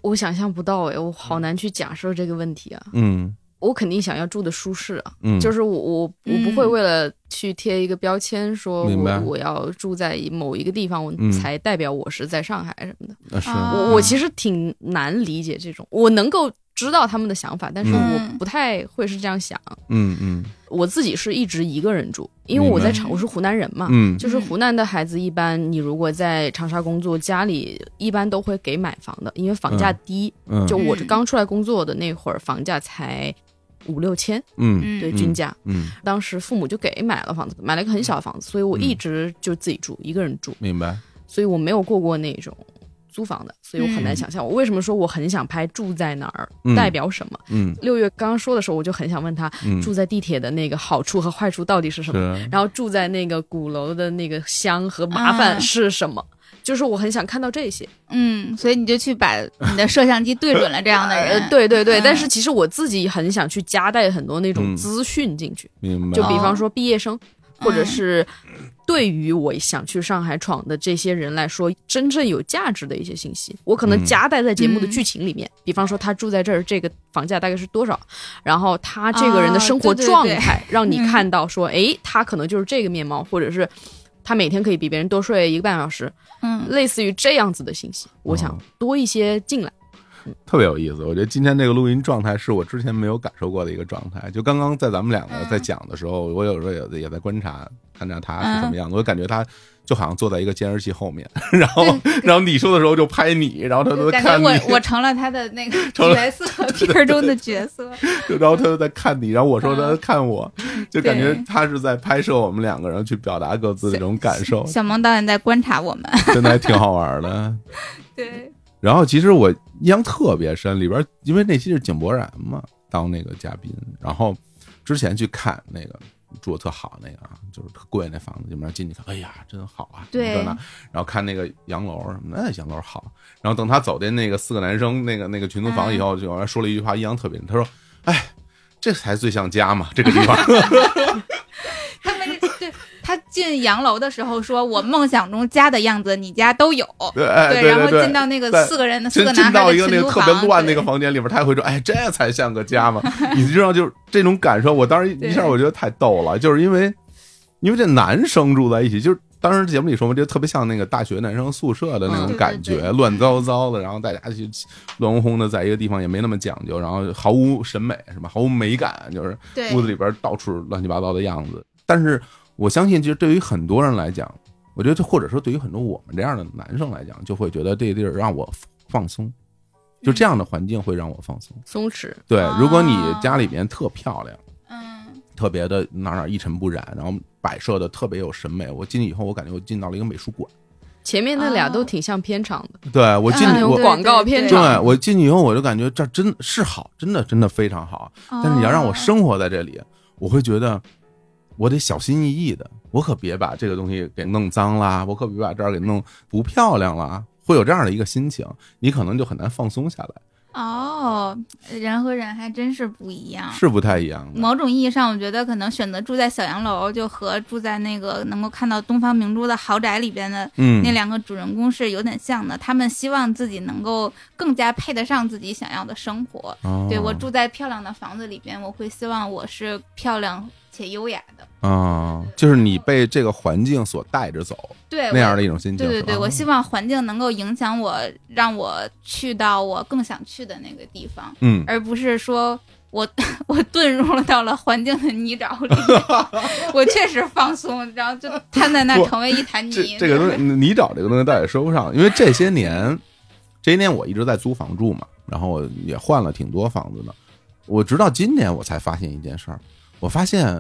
我想象不到哎，我好难去假设这个问题啊。嗯我肯定想要住的舒适啊，嗯，就是是我我我不会为了去贴一个标签，说明白我我要住在某一个地方，我嗯才代表我是在上海什么的。是啊我我其实挺难理解这种，我能够知道他们的想法，但是嗯我不太会是这样想。嗯嗯我自己是一直一个人住，因为我在长，明白我是湖南人嘛。嗯就是湖南的孩子，一般你如果在长沙工作，家里一般都会给买房的，因为房价低。嗯，就我嗯刚出来工作的那会儿，房价才五六千，嗯嗯，对嗯均价。嗯，当时父母就给买了房子，买了一个很小的房子，所以我一直就自己住，一个人住。明白。所以我没有过过那种租房的，所以我很难嗯想象。我为什么说我很想拍《住在哪儿》嗯代表什么？嗯六月刚刚说的时候，我就很想问他，嗯，住在地铁的那个好处和坏处到底是什么？是然后住在那个鼓楼的那个香和麻烦啊是什么？就是我很想看到这些。嗯，所以你就去把你的摄像机对准了这样的人呃，， <laughs> 对对对，嗯但是其实我自己很想去夹带很多那嗯种资讯进去，明白。就比方哦说毕业生，或者嗯是对于我想去上海闯的这些人来说，真正有价值的一些信息，我可能嗯夹带在节目的嗯剧情里面。比方说他住在这儿，这个房价大概是多少，然后他这个人的哦生活对对状对态，让你嗯看到说，诶，他可能就是这个面貌，或者是。他每天可以比别人多睡一个半小时，嗯，类似于这样子的信息，我想哦多一些进来。特别有意思。我觉得今天这个录音状态是我之前没有感受过的一个状态。就刚刚在咱们两个嗯在讲的时候，我有时候也也在观察，看着他是什嗯么样子，我感觉他。就好像坐在一个监视器后面， <laughs> 然后然后你说的时候就拍你，然后他都在感觉看你，我我成了他的那个成了角色片儿中的角色。就然后他就在看你，然后我说他在看我，就感觉嗯对他是在拍摄我们两个人去表达各自的这种感受，小萌导演在观察我们，真的还挺好玩的。 <laughs> 对，然后其实我印象特别深，里边儿因为那期是井柏然嘛当那个嘉宾，然后之前去看那个住的特好那个啊，就是特贵那房子，里面进去看，哎呀真好啊，对什么这那然后看那个洋楼什么的，哎洋楼好。然后等他走进那个四个男生那个那个群租房以嗯后，就有人说了一句话，印象特别深，他说：“哎，这才最像家嘛，这个地 <laughs> 方。他们就对他进洋楼的时候说：“我梦想中家的样子，你家都有。”对”哎对然后对进到那对个四个人的四进个进男到孩一个的那群个租特别房，乱那对个房间里边，他也会说：“哎，这才像个家 <laughs> 嘛！”你知道，就是这种感受，我当时一下对我觉得太逗了，就是因为因为这男生住在一起，就是当时节目里说嘛，就特别像那个大学男生宿舍的那嗯种对感对觉，对乱糟糟的，然后大家就乱哄哄的，在一个地方也没那么讲究，然后毫无审美是吧？毫无美感，就是对屋子里边到处乱七八糟的样子。但是我相信，其实对于很多人来讲，我觉得这或者说对于很多我们这样的男生来讲，就会觉得这地儿让我放松，就这样的环境会让我放松。松弛，对，如果你哦家里边特漂亮，嗯，特别的哪儿哪儿一尘不染，然后摆设的特别有审美，我进去以后，我感觉我进到了一个美术馆。前面那俩哦嗯都挺像片场的，对我进那去，种我广告片对场我进去以后，我就感觉这真的是好，真的真的非常好。但是你要让我生，生活在这里，我会觉得我得小心翼翼的，我可别把这个东西给弄脏啦，我可别把这儿给弄不漂亮啦，会有这样的一个心情，你可能就很难放松下来，哦，人和人还真是不一样。是不太一样的。某种意义啊上，我觉得可能选择住在小洋楼，就和住在那个能够看到东方明珠的豪宅里边的嗯那，两个主人公是有点像的。他们希望自己能够更加配得上自己想要的生活。哦对我住在漂亮的房子里边，我会希望我是漂亮且优雅的。啊、就是你被这个环境所带着走对，那样我的一种心情对是吧，对对，我希望环境能够影响我，让我去到我更想去的那个地方，嗯，而不是说我 <laughs> 我遁入了到了环境的泥沼里， <laughs> 我确实放松，然后就瘫在那儿不成为一滩这泥。这个东西，你找这个东西倒也说不上，因为这些年，这些年我一直在租房住嘛，然后我也换了挺多房子的。我直到今年我才发现一件事儿，我发现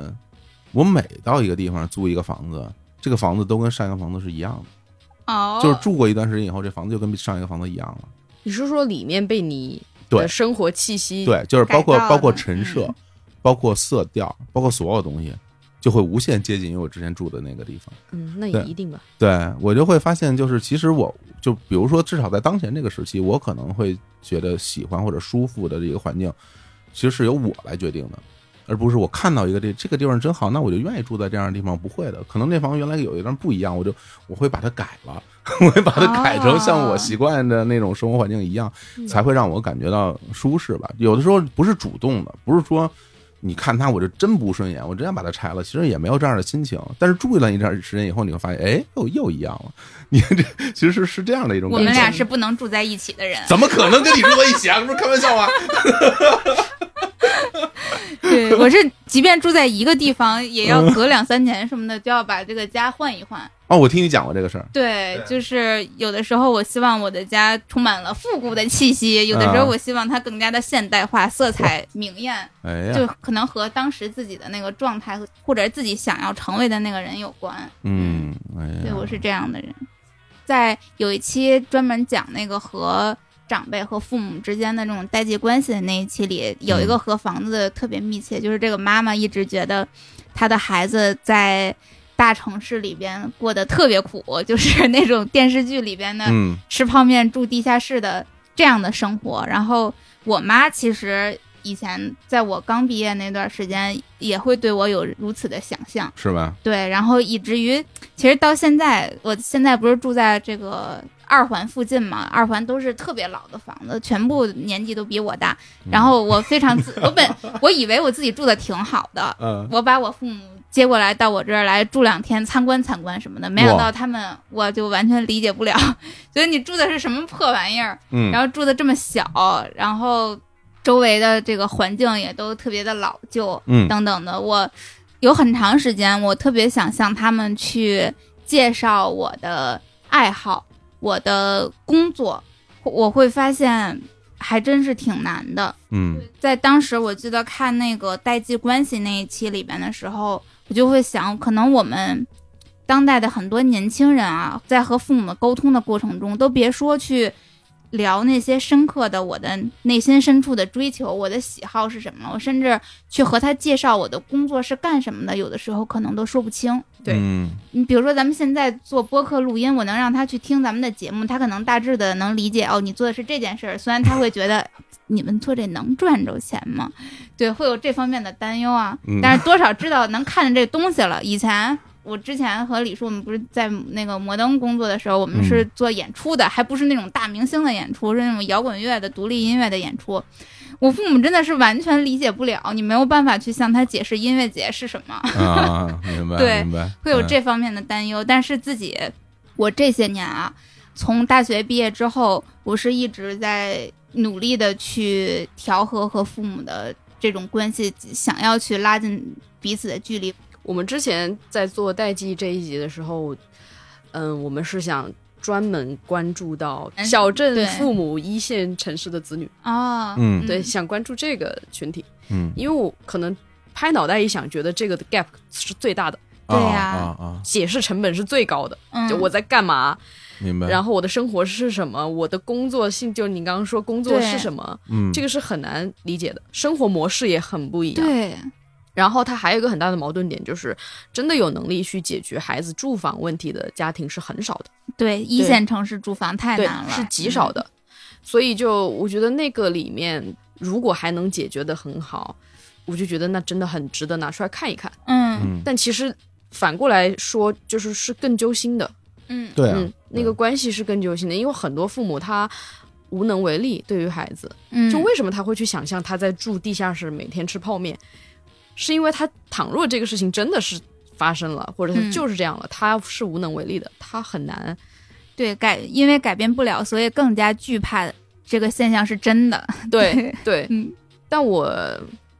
我每到一个地方租一个房子，这个房子都跟上一个房子是一样的，哦，就是住过一段时间以后，这房子就跟上一个房子一样了。你是说里面被你对的生活气息对，就是包括改造的包括陈设嗯，包括色调，包括所有东西，就会无限接近于我之前住的那个地方。嗯，那对也一定吧。对我就会发现，就是其实我就比如说，至少在当前这个时期，我可能会觉得喜欢或者舒服的这个环境，其实是由我来决定的，而不是我看到一个这这个地方真好，那我就愿意住在这样的地方。不会的，可能那房原来有一段不一样，我就我会把它改了，我会把它改成像我习惯的那种生活环境一样，才会让我感觉到舒适吧。有的时候不是主动的，不是说。你看它，我就真不顺眼，我真想把它拆了。其实也没有这样的心情，但是住了一段时间以后，你会发现，哎，又又一样了。你看这其实是这样的一种我感觉。们俩是不能住在一起的 <laughs> 人。怎么可能跟你住在一起啊？这不是开玩笑吗？对，我是即便住在一个地方，也要隔两三年什么的，就要把这个家换一换。哦，我听你讲过这个事儿。对，就是有的时候我希望我的家充满了复古的气息，有的时候我希望它更加的现代化，色彩明艳，哎就呀，可能和当时自己的那个状态和或者自己想要成为的那个人有关。嗯，哎呀，对，我是这样的人。在有一期专门讲那个和长辈和父母之间的那种代际关系的那一期里，有一个和房子特别密切，就是这个妈妈一直觉得她的孩子在大城市里边过得特别苦，就是那种电视剧里边的嗯吃泡面住地下室的这样的生活。然后我妈其实以前在我刚毕业那段时间，也会对我有如此的想象。是吧？对，然后以至于其实到现在，我现在不是住在这个二环附近嘛，二环都是特别老的房子，全部年纪都比我大。嗯然后我非常自， <laughs> 我本我以为我自己住的挺好的，嗯，我把我父母接过来到我这儿来住两天，参观参观什么的，没想哇到他们我就完全理解不了， <laughs> 觉得你住的是什么破玩意儿，嗯，然后住的这么小，然后周围的这个环境也都特别的老旧，嗯等等的。我有很长时间，我特别想向他们去介绍我的爱好、我的工作，我会发现还真是挺难的。嗯在当时，我记得看那个代际关系那一期里边的时候，我就会想，可能我们当代的很多年轻人啊，在和父母沟通的过程中，都别说去聊那些深刻的我的内心深处的追求，我的喜好是什么，我甚至去和他介绍我的工作是干什么的，有的时候可能都说不清。对 <laughs> 嗯你比如说，咱们现在做播客录音，我能让他去听咱们的节目，他可能大致的能理解哦，你做的是这件事儿。虽然他会觉得你们做这能赚着钱吗？对，会有这方面的担忧啊嗯。但是多少知道能看见这东西了。以前我之前和李叔，我们不是在那个摩登工作的时候，我们是做演出的，还不是那种大明星的演出，是那种摇滚乐的、独立音乐的演出。我父母真的是完全理解不了，你没有办法去向他解释音乐节是什么。啊，明白，对明白，会有嗯这方面的担忧。但是自己，我这些年啊，从大学毕业之后，我是一直在努力的去调和和父母的这种关系，想要去拉近彼此的距离。我们之前在做代际这一集的时候，嗯，我们是想专门关注到嗯小镇对父母、一线城市的子女，哦，嗯对，想关注这个群体，嗯，因为我可能拍脑袋一想，觉得这个的 gap 是最大的，对啊呀啊啊，解释成本是最高的，嗯就我在干嘛，明白。然后后我的生活是什么，我的工作性，就是你刚刚说工作对是什么，嗯，这个个是很难理解的，生活模式也很不一样。对，然后它还有一个很大的矛盾点，就是真的有能力去解决孩子住房问题的家庭是很少的，对，一对线城市住房太对难，了，嗯是极少的。所以就我觉得那个里面，如果还能解决的很好，我就觉得那真的很值得拿出来看一看。嗯。嗯，但其实反过来说，就是是更揪心的，嗯嗯对啊嗯，，那个关系是更揪心的，因为很多父母他无能为力对于孩子，嗯，就为什么他会去想象他在住地下室每天吃泡面，是因为他倘若这个事情真的是发生了，或者他嗯就是这样了，他是无能为力的，他很 <laughs> 难。对改，因为改变不了，所以更加惧怕这个现象是真的。对对，嗯但我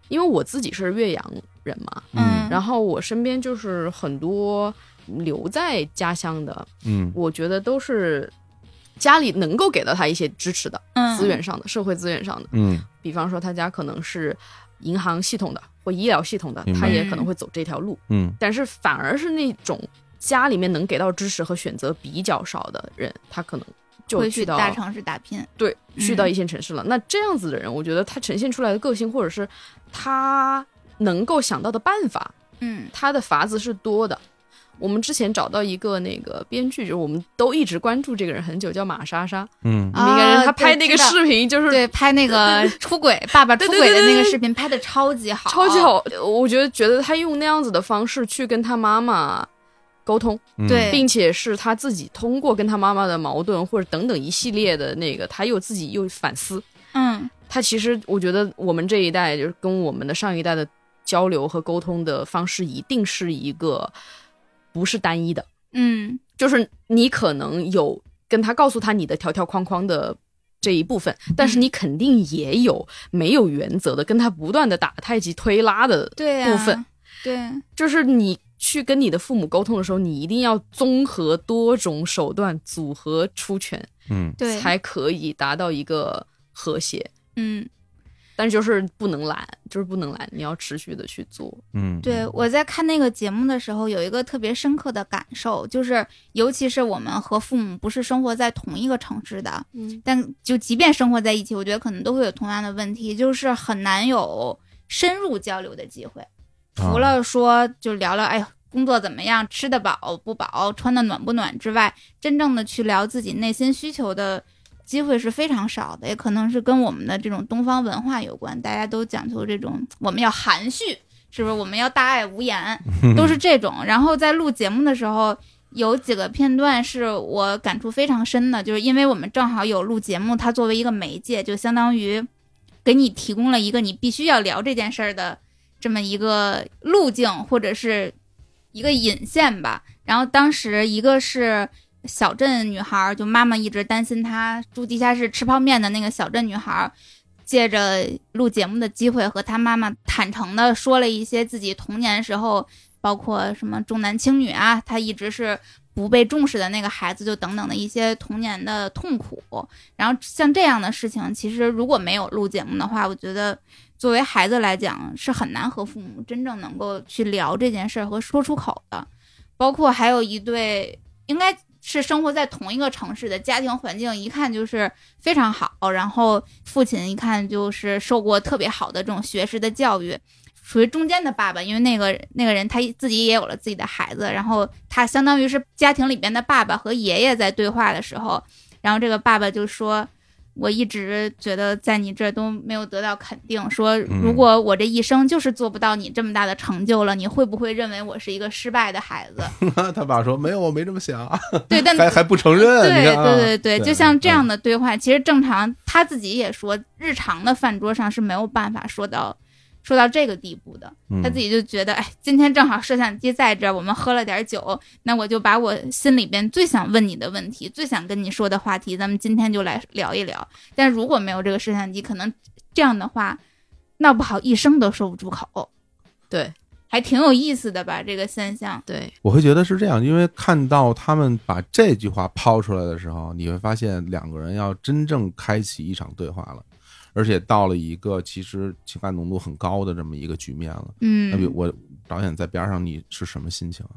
因为我自己是岳阳人嘛，嗯嗯然后我身边就是很多留在家乡的，嗯我觉得都是家里能够给到他一些支持的嗯，资源上的、社会资源上的，嗯比方说他家可能是银行系统的或医疗系统的明，他白也可能会走这条路。嗯但是反而是那种家里面能给到支持和选择比较少的人，他可能就会去去到大城市打拼。对嗯去到一线城市了。那这样子的人，我觉得他呈现出来的个性，或者是他能够想到的办法，嗯他的法子是多的。我们之前找到一个那个编剧，就是我们都一直关注这个人很久，叫马莎莎，嗯你们应该认识啊他对拍那个知道视频就是对，拍 <laughs> 那个出轨爸爸出对对轨的对那个对视频拍的超级好，超级。好，我觉得觉得他用那样子的方式去跟他妈妈沟通，嗯对并且是他自己通过跟他妈妈的矛盾或者等等一系列的那个，他又自己又反思。嗯他其实我觉得我们这一代就是跟我们的上一代的交流和沟通的方式，一定是一个不是单一的，嗯就是你可能有跟他告诉他你的条条框框的。这一部分，但是你肯定也有没有原则的，跟他不断的打太极推拉的对呀、部分，对，就是你去跟你的父母沟通的时候，你一定要综合多种手段组合出拳，嗯对，才可以达到一个和谐。嗯，但就是不能懒，就是不能懒，你要持续的去做。嗯，对，我在看那个节目的时候，有一个特别深刻的感受，就是尤其是我们和父母不是生活在同一个城市的，嗯，但就即便生活在一起，我觉得可能都会有同样的问题，就是很难有深入交流的机会，除了说就聊聊，哎呦。工作怎么样？吃得饱不饱？穿得暖不暖之外，真正的去聊自己内心需求的机会是非常少的，也可能是跟我们的这种东方文化有关，大家都讲究这种我们要含蓄，是不是？我们要大爱无言，都是这种。然后在录节目的时候，有几个片段是我感触非常深的，就是因为我们正好有录节目，它作为一个媒介，就相当于给你提供了一个你必须要聊这件事儿的这么一个路径，或者是一个引线吧。然后当时一个是小镇女孩儿，就妈妈一直担心她住地下室吃泡面的那个小镇女孩儿，借着录节目的机会和她妈妈坦诚的说了一些自己童年时候，包括什么重男轻女啊，她一直是不被重视的那个孩子，就等等的一些童年的痛苦。然后像这样的事情，其实如果没有录节目的话，我觉得。作为孩子来讲，是很难和父母真正能够去聊这件事儿和说出口的。包括还有一对应该是生活在同一个城市的家庭环境，一看就是非常好。然后父亲一看就是受过特别好的这种学识的教育，属于中间的爸爸，因为那个那个人他自己也有了自己的孩子，然后他相当于是家庭里边的爸爸和爷爷在对话的时候，然后这个爸爸就说。我一直觉得在你这儿都没有得到肯定，说如果我这一生就是做不到你这么大的成就了，你会不会认为我是一个失败的孩子？ <laughs> 他爸说没有，我没这么 <laughs> 想， <laughs> 对，但还还不承认，对你看啊对对对，就像这样嗯的对话，其实正常他自己也说，日常的饭桌上是没有办法说到说到这个地步的。嗯他自己就觉得，哎，今天正好摄像机在这儿，我们喝了点酒，那我就把我心里边最想问你的问题，最想跟你说的话题，咱们今天就来聊一聊。但如果没有这个摄像机，可能这样的话，闹不好一生都说不出口。对，还挺有意思的吧？这个现象，对，我会觉得是这样，因为看到他们把这句话抛出来的时候，你会发现两个人要真正开启一场对话了，而且到了一个其实情感浓度很高的这么一个局面了。那比嗯，我导演在边上，你是什么心情啊？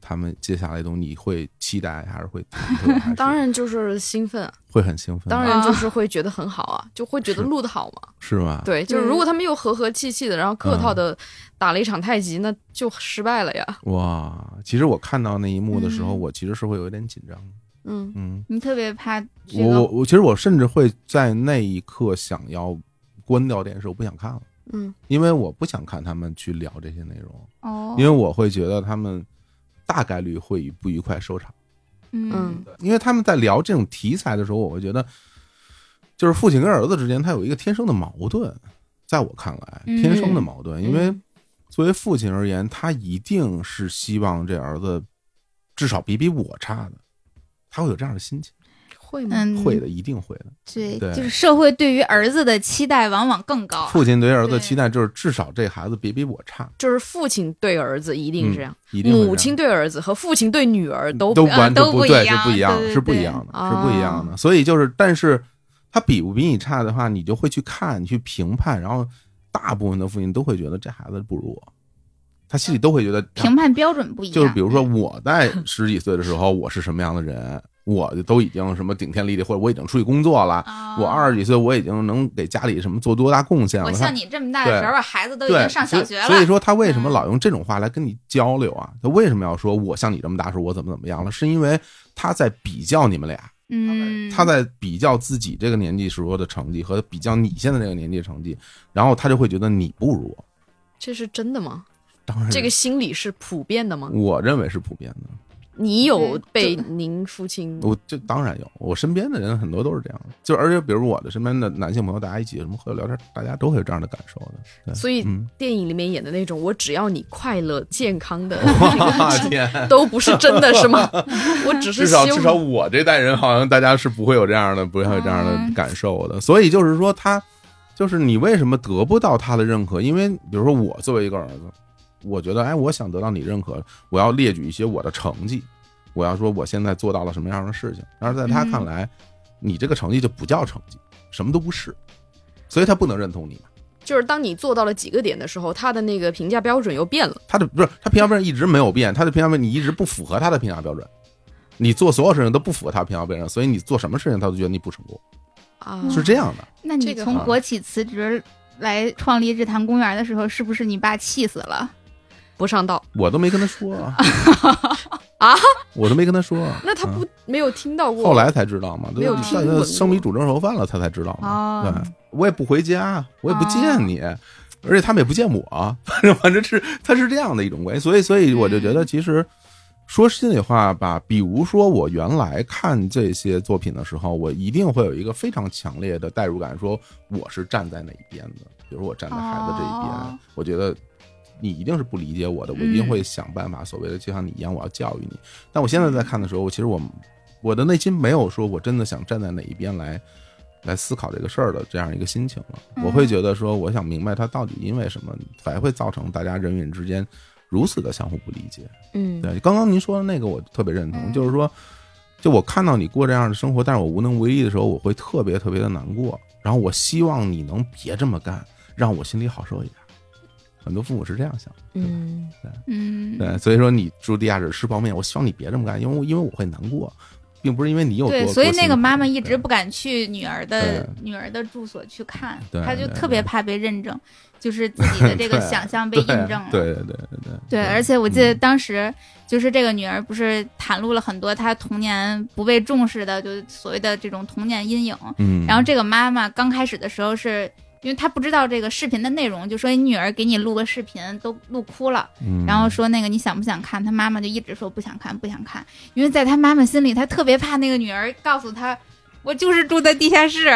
他们接下来的东西你会期待还是会忐忑？ <laughs> 还是当然就是兴奋啊，会很兴奋，当然就是会觉得很好啊，就会觉得是嗯录的好嘛。是吧？对，就是如果他们又和和气气的，然后客套的打了一场太极，那就失败了呀。哇，其实我看到那一幕的时候，嗯我其实是会有一点紧张的。嗯，嗯，你特别怕这我个，我其实我甚至会在那一刻想要关掉电视，我不想看了。嗯，因为我不想看他们去聊这些内容，哦，因为我会觉得他们大概率会以不愉快收场。嗯嗯因为他们在聊这种题材的时候，我会觉得，就是父亲跟儿子之间他有一个天生的矛盾，在我看来，嗯天生的矛盾，因为嗯作为父亲而言，他一定是希望这儿子至少比比我差的，他会有这样的心情，会吗？嗯，会的，一定会的。对，对就是社会对于儿子的期待往往更高啊，父亲对儿子的对期待就是至少这孩子别比我差，就是父亲对儿子一定是这样，一定会这样嗯母亲对儿子和父亲对女儿都都不完全都不不一对，样是不一样对的，对是不一对哦样的，啊是不一样的。所以就是，但是他比不比你差的话，你就会去看，你去评判，然后大部分的父亲都会觉得这孩子不如我，他心里都会觉得评判标准不一样，就是比如说我在十几岁的时候，我是什么样的人，我就都已经什么顶天立地，或者我已经出去工作了，啊，我二十几岁我已经能给家里什么做多大贡献了。我他像你这么大的时候，孩子都已对，经上小学了，嗯所以。所以说他为什么老用这种话来跟你交流啊？他为什么要说我像你这么大时候我怎么怎么样了？是因为他在比较你们俩，嗯，他在比较自己这个年纪时候的成绩和比较你现在这个年纪的成绩，然后他就会觉得你不如我。这是真的吗？当然，这个心理是普遍的吗？我认为是普遍的，你有嗯被就您父亲我嗯这当然有，我身边的人很多都是这样的，就而且比如我的身边的男性朋友，大家一起什么喝酒聊天，大家都会有这样的感受的。对所以嗯，电影里面演的那种，我只要你快乐健康 <laughs> 的，哇啊天，都不是真的是 <laughs> 吗？我只是至希少望至少我这代人，好像大家是不会有这样的，不会有这样的感受的。所以就是说他，就是你为什么得不到他的认可？因为比如说我作为一个儿子，我觉得哎，我想得到你认可，我要列举一些我的成绩，我要说我现在做到了什么样的事情。但是在他看来，你这个成绩就不叫成绩，什么都不是，所以他不能认同你嘛。就是当你做到了几个点的时候，他的那个评价标准又变了。他的不是他评价标准一直没有变，他的评价标准你一直不符合他的评价标准，你做所有事情都不符合他的评价标准，所以你做什么事情他都觉得你不成功。啊，是这样的，那你这个从好国企辞职来创立日坛公园的时候，是不是你爸气死了？不上道。我都没跟他说啊， <laughs> 啊我都没跟他说。那他不、啊没有听到过？后来才知道嘛，没有对听闻过生米煮成熟饭了，他才知道嘛。哦对，我也不回家，我也不见你，哦而且他们也不见我，反正 <laughs> 反正是他是这样的一种关系，所以所以我就觉嗯得其实。说心里话吧，比如说我原来看这些作品的时候，我一定会有一个非常强烈的代入感，说我是站在哪一边的。比如我站在孩子这一边，哦我觉得你一定是不理解我的，我一定嗯会想办法，所谓的就像你一样，我要教育你。但我现在在嗯看的时候，我其实我我的内心没有说我真的想站在哪一边来来思考这个事儿的这样一个心情了。嗯我会觉得说，我想明白他到底因为什么才会造成大家人与人之间如此的相互不理解。嗯，对，刚刚您说的那个我特别认同，嗯就是说，就我看到你过这样的生活，但是我无能为力的时候，我会特别特别的难过。然后我希望你能别这么干，让我心里好受一点。很多父母是这样想的，嗯，嗯，对，所以说你住地下室吃泡面，我希望你别这么干，因为我因为我会难过，并不是因为你有多。对，所以多辛那个苦妈妈一对直不敢去女儿的对女儿的住所去看，对她就对特别对怕被认证， <laughs> 就是自己的这个对想象被对印证了。对对对对对，而且我记得当时就是这个女儿不是袒露了很多她童年不被重视的，就是所谓的这种童年阴影。嗯，然后这个妈妈刚开始的时候是。因为她不知道这个视频的内容，就说你女儿给你录个视频都录哭了，嗯，然后说那个你想不想看？她妈妈就一直说不想看，不想看，因为在她妈妈心里，她特别怕那个女儿告诉她，我就是住在地下室，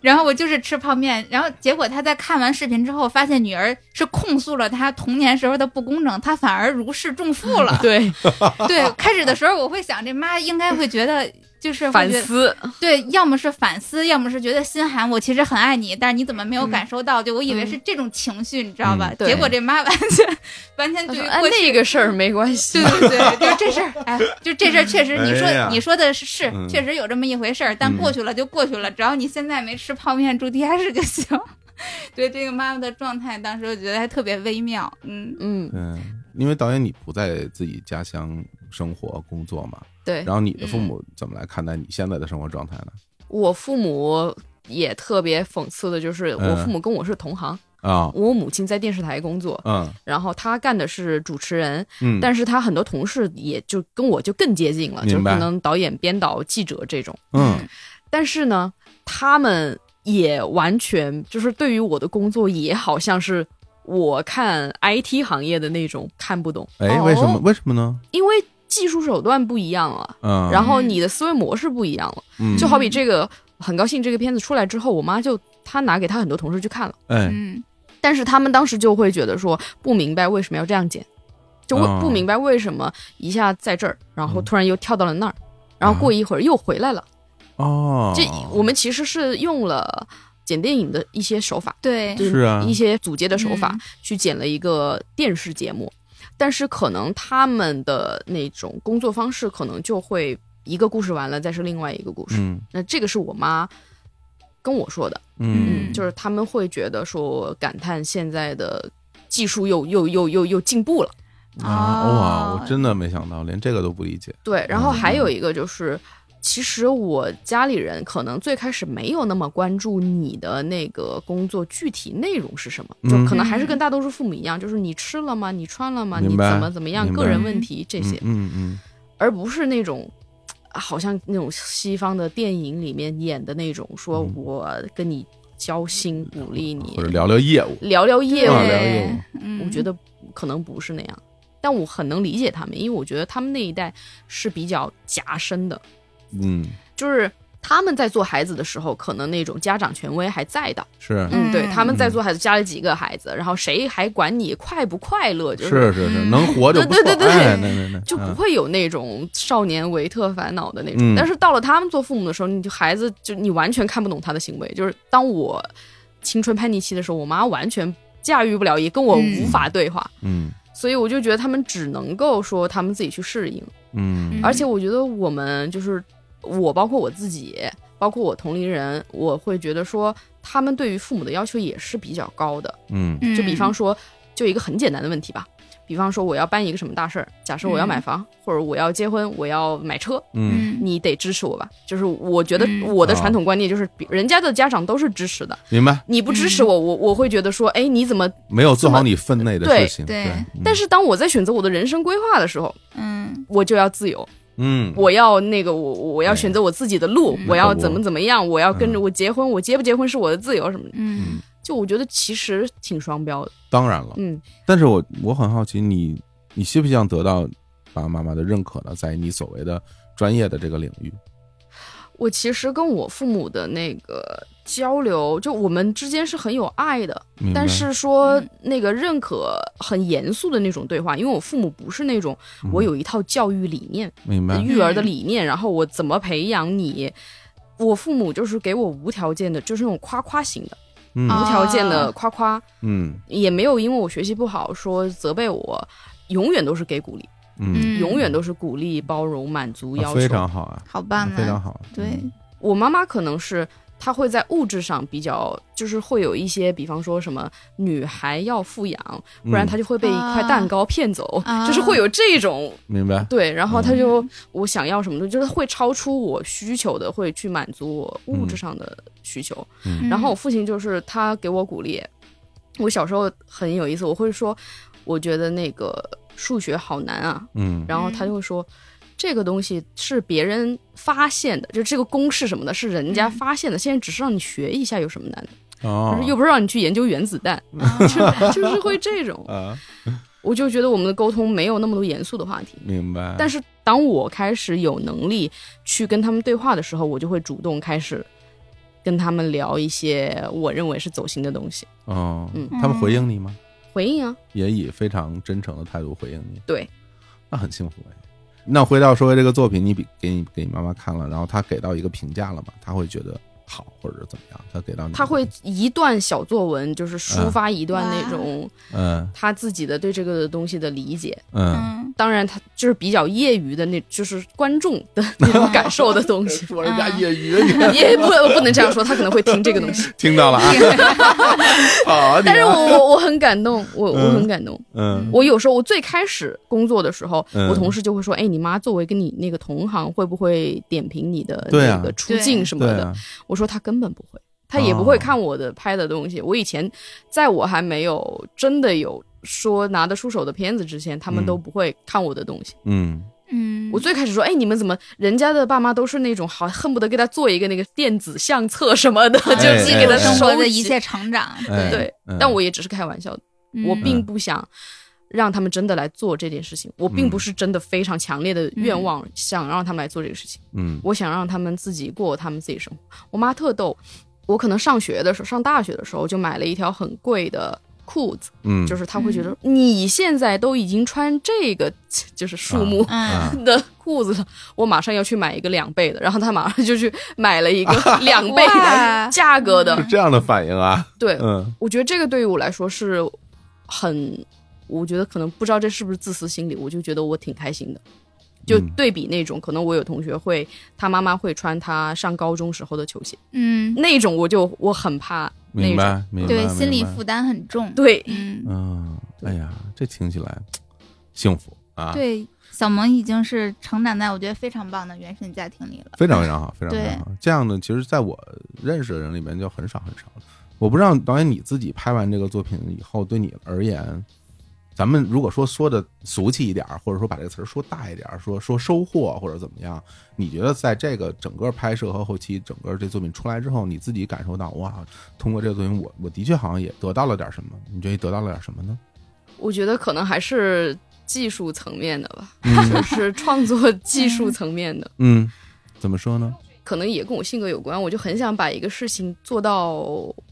然后我就是吃泡面，然后结果她在看完视频之后，发现女儿是控诉了她童年时候的不公正，她反而如释重负 <laughs> 。了对，对，开始的时候我会想，这妈应该会觉得就是会反觉得思，对，要么是反思，要么是觉得心寒。我其实很爱你，但是你怎么没有嗯感受到？就我以为是这种情绪，你知道吧嗯？对结果这妈完全 <laughs> 完全他 <laughs> 对说于哎过去那个事儿没关系对，对对，就这事儿，哎，就这事儿确实，你说、哎呀你说的是是嗯，确实有这么一回事儿，但嗯过去了就过去了，只要你现在没吃泡面住地下室就行。 <laughs> 对这个妈妈的状态，当时我觉得还特别微妙，嗯，嗯，嗯，因为导演你不在自己家乡生活工作嘛，对然后你的嗯父母怎么来看待你现在的生活状态呢？我父母。也特别讽刺的就是，嗯我父母跟我是同行，啊，我母亲在电视台工作，嗯然后她干的是主持人，嗯，但是她很多同事也就跟我就更接近了，就是明白可能导演、编导、记者这种。嗯但是呢，他们也完全就是对于我的工作也好像是我看 IT 行业的那种看不懂，哎，哦为什么？为什么呢？因为技术手段不一样了，嗯，然后你的思维模式不一样了。嗯就好比这个，很高兴这个片子出来之后，我妈就她拿给她很多同事去看了，哎，嗯但是他们当时就会觉得说不明白为什么要这样剪，就为哦嗯不明白为什么一下在这儿，然后突然又跳到了那儿，然后过一会儿又回来了。哦，这我们其实是用了剪电影的一些手法，嗯对就是啊一些组接的手法嗯去剪了一个电视节目，但是可能他们的那种工作方式可能就会一个故事完了再是另外一个故事。嗯那这个是我妈跟我说的，嗯嗯就是他们会觉得说感叹现在的技术又又又又又进步了。啊，哦哇，我真的没想到，连这个都不理解。对，然后嗯还有一个就是，其实我家里人可能最开始没有那么关注你的那个工作具体内容是什么，就嗯可能还是跟大多数父母一样，就是你吃了吗？你穿了吗？你明怎白么怎么样？明白个人问题这些，嗯嗯而不是那种。啊好像那种西方的电影里面演的那种，说嗯我跟你交心，鼓励嗯，你或者聊聊业务，聊聊业务啊，聊业务嗯，我觉得可能不是那样，但我很能理解他们，因为我觉得他们那一代是比较夹生的，嗯，就是他们在做孩子的时候，可能那种家长权威还在的。是嗯对，他们在做孩子，家里几个孩子，然后谁还管你快不快乐？就是是是，嗯能活就不错，对对对对哎那那那就不嗯会有那种少年维特烦恼的那种。嗯但是到了他们做父母的时候，你就孩子就你完全看不懂他的行为。就是当我青春叛逆期的时候，我妈完全驾驭不了，也跟我嗯无法对话。嗯所以我就觉得他们只能够说他们自己去适应，嗯嗯而且我觉得我们就是我，包括我自己，包括我同龄人，我会觉得说他们对于父母的要求也是比较高的。嗯嗯就比方说，就一个很简单的问题吧，比方说我要办一个什么大事儿，假设我要嗯买房，或者我要结婚，我要买车，嗯嗯你得支持我吧。就是我觉得嗯我的哦传统观念就是，比人家的家长都是支持的，明白，你不支嗯持我，我我会觉得说，哎，你怎么？没有做好你分内的事情，对对对，嗯但是当我在选择我的人生规划的时候，嗯我就要自由。嗯，我要那个我我要选择我自己的路，嗯我要怎么怎么样，我要跟着嗯我结婚，我结不结婚是我的自由什么的。嗯就我觉得其实挺双标的，当然了，嗯，但是我我很好奇你，你希不希望得到爸爸妈妈的认可呢？在你所谓的专业的这个领域，我其实跟我父母的那个交流，就我们之间是很有爱的，明白但是说嗯那个认可很严肃的那种对话，因为我父母不是那种嗯我有一套教育理念、明白，育嗯儿的理念，然后我怎么培养你。我父母就是给我无条件的，就是那种夸夸型的，无嗯啊条件的夸夸。嗯也没有因为我学习不好说责备我，永远都是给鼓励，嗯，永远都是鼓励、包容、满足啊要非求。常好啊，好棒啊，非常好啊，对嗯我妈妈可能是她会在物质上比较，就是会有一些，比方说什么女孩要富养，不嗯然她就会被一块蛋糕骗走，啊就是会有这种。明白，对，然后她就、我想要什么东西，就是会超出我需求的，会去满足我物质上的需求。嗯然后我父亲就是他给我鼓励。我小时候很有意思，我会说，我觉得那个数学好难啊，嗯然后他就会说，这个东西是别人发现的，就这个公式什么的，是人家嗯发现的，现在只是让你学一下有什么难的，哦就是又不是让你去研究原子弹， <laughs> 啊就是会这 <laughs> 种，啊，我就觉得我们的沟通没有那么多严肃的话题。明白，但是是当我开始有能力去跟他们对话的时候，我就会主动开始跟他们聊一些我认为是走心的东西。哦，嗯他们回应你吗？回应啊，也以非常真诚的态度回应你，对，那很幸福哎。那回到说这个作品，你比给你给你妈妈看了，然后她给到一个评价了嘛？她会觉得好，或者怎么样？她给到你，他会一段小作文，就是抒发一段那种嗯他自己的对这个东西的理解。嗯，嗯，当然，他就是比较业余的那，就是观众的那种感受的东 <laughs> 西。 <laughs> 说人家业余，你也不不能这样说，他可能会听 <laughs> 这个 <laughs> 东西。听到了啊？ <laughs> 好，嗯但是我我我很感动，我我啊嗯很感动。嗯我有时候我最开始工作的时候，嗯我同事就会说：“哎，你妈作为跟你那个同行，会不会点评你的对那啊个出镜什么对的？”啊，我说：“她根本不会，她哦也不会看我的拍的东西。我以前在我还没有真的有说拿得出手的片子之前，他们嗯都不会看我的东西。嗯嗯，我最开始说：‘哎，你们怎么人家的爸妈都是那种好恨不得给他做一个那个电子相册什么的， <laughs> 啊就自己给他哎生活收的集一切成长，哎对嗯但我也只是开玩笑的。”嗯我并不想让他们真的来做这件事情，我并不嗯是真的非常强烈的嗯愿望想让他们来做这个事情，嗯我想让他们自己过他们自己生活。我妈特逗，我可能上学的时候，上大学的时候就买了一条很贵的。裤子嗯，就是她会觉得你现在都已经穿这个 <laughs> 就是数目啊 <laughs> 嗯，的裤子了，我马上要去买一个两倍的，然后她马上就去买了一个两倍哇的价格的是，这样的反应啊，嗯对，嗯我觉得这个对于我来说是很，我觉得可能不知道这是不是自私心理，我就觉得我挺开心的。就嗯对比那种，可能我有同学会，他妈妈会穿他上高中时候的球鞋，嗯，那种我就我很怕那种明白明白，对，明心理白负担很重，对，嗯，嗯，哎呀，这听起来幸福啊， <laughs> 对，小萌已经是成长在我觉得非常棒的原生家庭里了，嗯非常非常好，非常对非常好。这样的其实在我认识的人里面就很少很少了。我不知道导演你自己拍完这个作品以后，对你而言，咱们如果说说的俗气一点儿，或者说把这个词儿说大一点儿，说说收获或者怎么样，你觉得在这个整个拍摄和后期整个这作品出来之后，你自己感受到哇，通过这个作品我，我的确好像也得到了点儿什么？你觉得得到了点儿什么呢？我觉得可能还是技术层面的吧，嗯就是创作技术层面的， <laughs> 嗯，怎么说呢？可能也跟我性格有关，我就很想把一个事情做到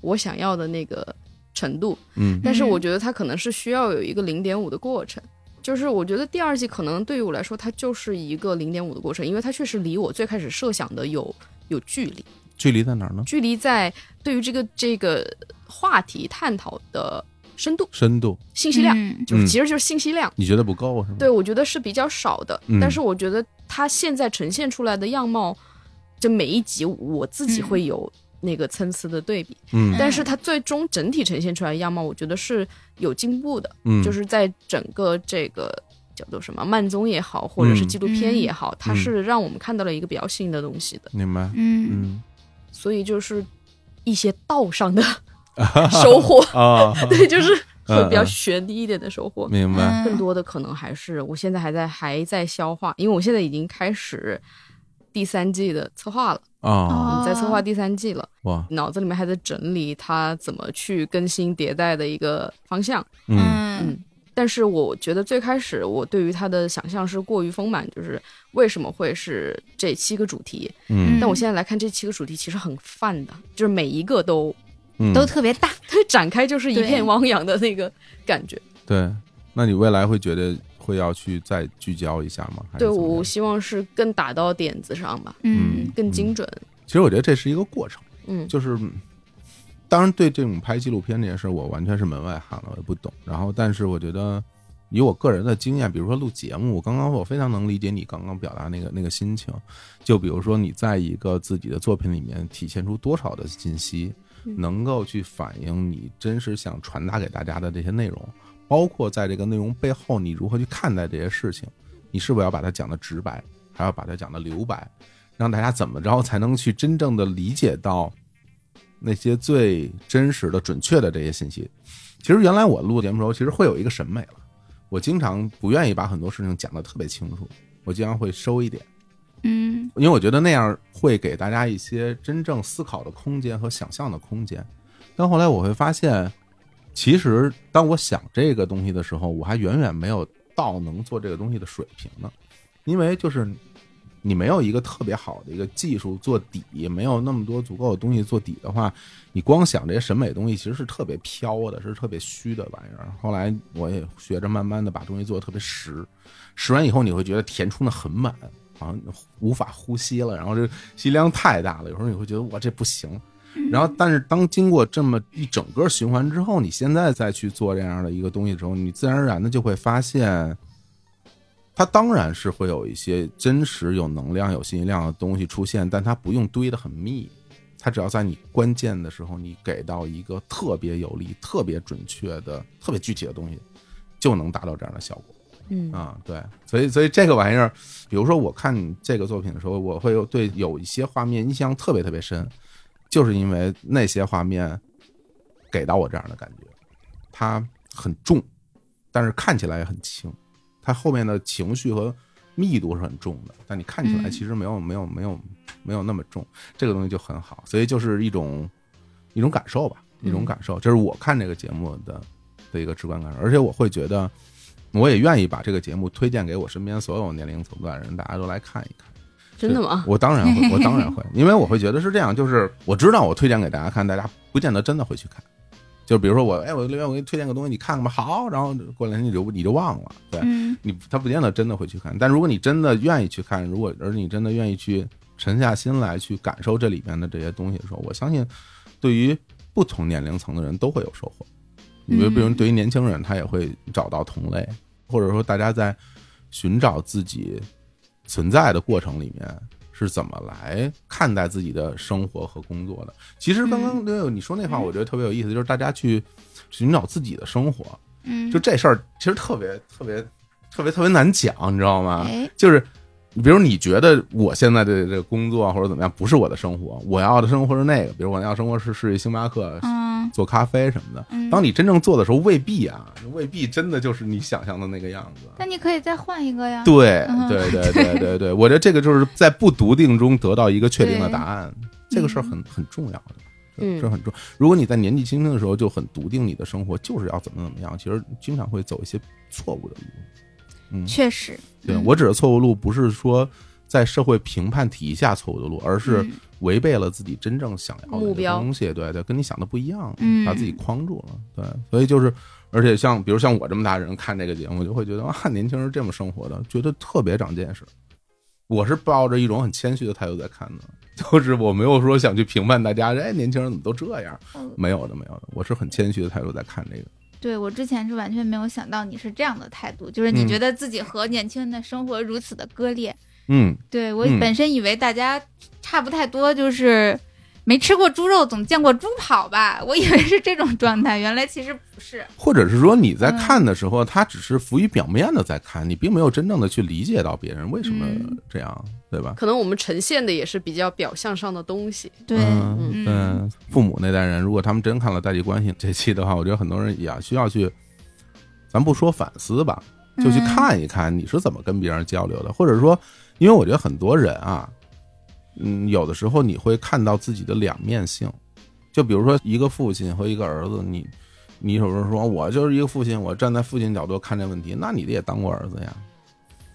我想要的那个程度，嗯但是嗯我觉得它可能是需要有一个零点五的过程。就是我觉得第二季可能对于我来说，它就是一个零点五的过程，因为它确实离我最开始设想的有有距离，距离在哪儿呢？距离在对于这个这个话题探讨的深度、深度，信息量，嗯就是嗯其实就是信息量。你觉得不够是吗？对，我觉得是比较少的，嗯但是我觉得它现在呈现出来的样貌，就每一集我自己嗯会有那个参差的对比，嗯但是它最终整体呈现出来的样貌，我觉得是有进步的。嗯，就是在整个这个叫做什么慢综也好，或者是嗯纪录片也好，它嗯是让我们看到了一个比较新的东西的，明白。嗯嗯所以就是一些道上的 <laughs> 收获， <laughs> 哦啊，对，就是嗯会比较嗯悬低一点的收获。明嗯白。更多的可能还是我现在还在还在消化，因为我现在已经开始第三季的策划了，哦，哦在策划第三季了，哇，脑子里面还在整理它怎么去更新迭代的一个方向。嗯嗯但是我觉得最开始我对于它的想象是过于丰满，就是为什么会是这七个主题？嗯嗯但我现在来看这七个主题其实很泛的，就是每一个都 <laughs> 嗯，都特别大，展开就是一对片汪洋的那个感觉。对。那你未来会觉得会要去再聚焦一下吗？还是对怎么样我希望是更打到点子上吧，嗯嗯更精准。其实我觉得这是一个过程，嗯就是嗯当然对这种拍纪录片这件事，我完全是门外汉了，我也不懂。然后，但是我觉得以我个人的经验，比如说录节目，我刚刚我非常能理解你刚刚表达那个那 <laughs> 个心情。就比如说你在一个自己的作品里面体现出多少的信息，能够去反映你真实想传达给大家的这些内容，包括在这个内容背后你如何去看待这些事情，你是否要把它讲的直白，还要把它讲的留白，让大家怎么着才能去真正的理解到那些最真实的、准确的这些信息。其实原来我录节目的时候，其实会有一个审美了，我经常不愿意把很多事情讲得特别清楚，我经常会收一点。嗯因为我觉得那样会给大家一些真正思考的空间和想象的空间。但后来我会发现，其实当我想这个东西的时候，我还远远没有到能做这个东西的水平呢。因为就是你没有一个特别好的一个技术做底，没有那么多足够的东西做底的话，你光想这些审美东西其实是特别飘的，是特别虚的玩意儿。后来我也学着慢慢的把东西做的特别实，实完以后你会觉得填充的很满，好像啊无法呼吸了，然后这吸量太大了，有时候你会觉得哇这不行。然后，但是当经过这么一整个循环之后，你现在再去做这样的一个东西之后，你自然而然的就会发现，它当然是会有一些真实、有能量、有信息量的东西出现，但它不用堆得很密，它只要在你关键的时候，你给到一个特别有力、特别准确的、特别具体的东西，就能达到这样的效果。嗯啊，对，所以所以这个玩意儿，比如说我看这个作品的时候，我会有对有一些画面印象特别特别深，就是因为那些画面给到我这样的感觉，它很重，但是看起来也很轻，它后面的情绪和密度是很重的，但你看起来嗯其实没有、没有没有没有那么重，这个东西就很好，所以就是一种一种感受吧，一种嗯感受，这是我看这个节目的的一个直观感受，而且我会觉得。我也愿意把这个节目推荐给我身边所有年龄层段的人，大家都来看一看。真的吗？我当然会，我当然会，因为我会觉得是这样，就是我知道我推荐给大家看，大家不见得真的会去看。就比如说我，哎，我留言我给你推荐个东西，你看看吧，好，然后过两天你就你就忘了，对，嗯你他不见得真的会去看，但如果你真的愿意去看，如果而你真的愿意去沉下心来去感受这里面的这些东西的时候，我相信对于不同年龄层的人都会有收获。你比如，嗯比如对于年轻人，他也会找到同类，或者说大家在寻找自己存在的过程里面是怎么来看待自己的生活和工作的。其实刚刚六你说那话，我觉得特别有意思，就是大家去寻找自己的生活，嗯，就这事儿其实特别特别特别特别难讲，你知道吗？哎，就是比如你觉得我现在的这个工作啊或者怎么样不是我的生活，我要的生活是那个，比如我要生活是是星巴克嗯做咖啡什么的。嗯，当你真正做的时候，未必啊，未必真的就是你想象的那个样子。那你可以再换一个呀。对嗯对对对对对，我觉得这个就是在不笃定中得到一个确定的答案，这个事儿很很重要的，这嗯这很重。如果你在年纪轻轻的时候就很笃定你的生活就是要怎么怎么样，其实经常会走一些错误的路。嗯，确实，对嗯我指的错误路不是说在社会评判体系下错误的路，而是嗯违背了自己真正想要的目标那个东西，对对，跟你想的不一样，嗯把自己框住了，对，所以就是，而且像比如像我这么大人看这个节目，就会觉得啊，年轻人这么生活的，觉得特别长见识。我是抱着一种很谦虚的态度在看的，就是我没有说想去评判大家，哎，年轻人怎么都这样，嗯没有的，没有的，我是很谦虚的态度在看这个。对我之前是完全没有想到你是这样的态度，就是你嗯觉得自己和年轻人的生活如此的割裂。嗯，对我嗯本身以为大家差不太多，就是没吃过猪肉总见过猪跑吧，我以为是这种状态，原来其实不是。或者是说你在看的时候，他只是浮于表面的在看，你并没有真正的去理解到别人为什么嗯这样，对吧？可能我们呈现的也是比较表象上的东西。对，嗯嗯嗯，父母那代人，如果他们真看了《代际关系》这期的话，我觉得很多人也需要去，咱不说反思吧，就嗯去看一看你是怎么跟别人交流的，或者说，因为我觉得很多人啊，嗯，有的时候你会看到自己的两面性，就比如说一个父亲和一个儿子，你你有时候说我就是一个父亲，我站在父亲角度看这问题，那你也当过儿子呀。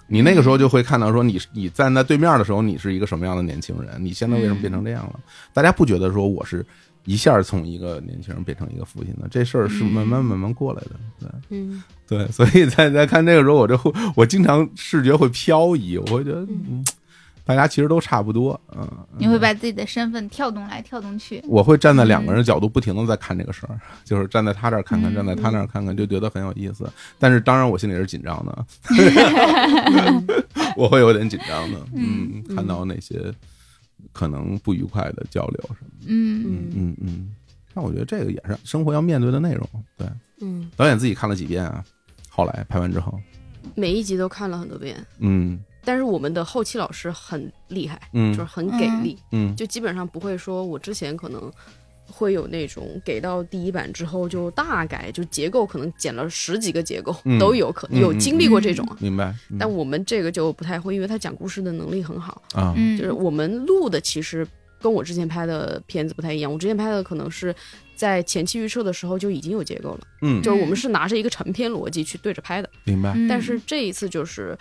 你那个时候就会看到说你你站在对面的时候，你是一个什么样的年轻人？你现在为什么变成这样了？大家不觉得说我是一下从一个年轻人变成一个父亲的，这事儿是慢慢慢慢过来的。对，嗯， <laughs> 对，所以在在看这个时候，我就会我经常视觉会漂移，我会觉得，嗯，大家其实都差不多，嗯，你会把自己的身份跳动来跳动去。我会站在两个人角度，不停的在看这个事儿，就是站在他这儿看看，嗯站在他那儿看看，就觉得很有意思。但是当然，我心里是紧张 <laughs> 的，我会有点紧张的，嗯，看到那些可能不愉快的交流什么的，嗯，嗯嗯嗯。但我觉得这个也是生活要面对的内容。对，嗯，导演自己看了几遍啊，后来拍完之后，每一集都看了很多遍，嗯但是我们的后期老师很厉害，嗯就是很给力，嗯就基本上不会说我之前可能。会有那种给到第一版之后就大改，就结构可能减了十几个结构、嗯都有可嗯有经历过这种啊，明白。嗯但我们这个就不太会，因为他讲故事的能力很好，啊，嗯，就是我们录的其实跟我之前拍的片子不太一样，我之前拍的可能是在前期预设的时候就已经有结构了，嗯，就是我们是拿着一个成片逻辑去对着拍的，明白。嗯，但是这一次就是。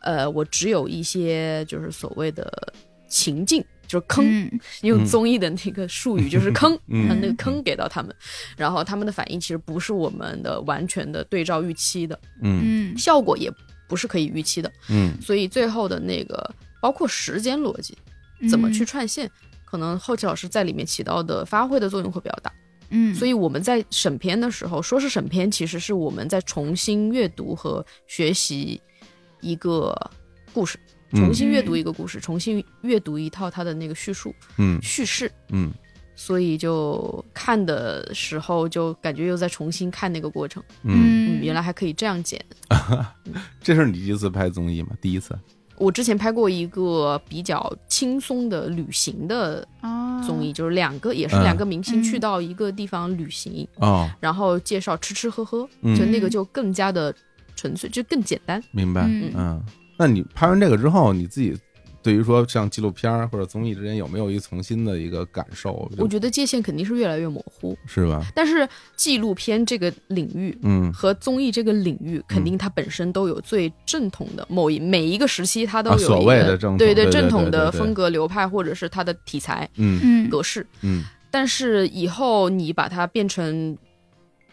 呃，我只有一些就是所谓的情境，就是坑，嗯用综艺的那个术语 <laughs> 就是坑，嗯把那个坑给到他们，然后他们的反应其实不是我们的完全的对照预期的，嗯嗯效果也不是可以预期的，嗯所以最后的那个包括时间逻辑嗯怎么去串线，可能后期老师在里面起到的发挥的作用会比较大。嗯，所以以我们在审片的时候，说是审片，其实是我们在重新阅读和学习一个故事，嗯重新阅读一个故事，重新阅读一套它的那个叙述嗯叙事。嗯所以就看的时候，就感觉又在重新看那个过程。嗯，嗯原来还可以这样剪。这是你第一次拍综艺吗？第一次？我之前拍过一个比较轻松的旅行的哦综艺，就是两个也是嗯两个明星去啊嗯到一个地方旅行，哦，然后介绍吃吃喝喝，嗯就那个就更加的纯粹，就更简单。明白。嗯嗯，那你拍完这个之后，你自己对于说像纪录片儿或者综艺之间有没有一重新的一个感受？我觉得界限肯定是越来越模糊，是吧？但是纪录片这个领域。嗯，和综艺这个领域，肯定它本身都有最正统的某一每一个时期，它都啊有一个、所谓的正统对对对正统对的对对风格流派，或者是它的题材嗯嗯格式。嗯但是以后你把它变成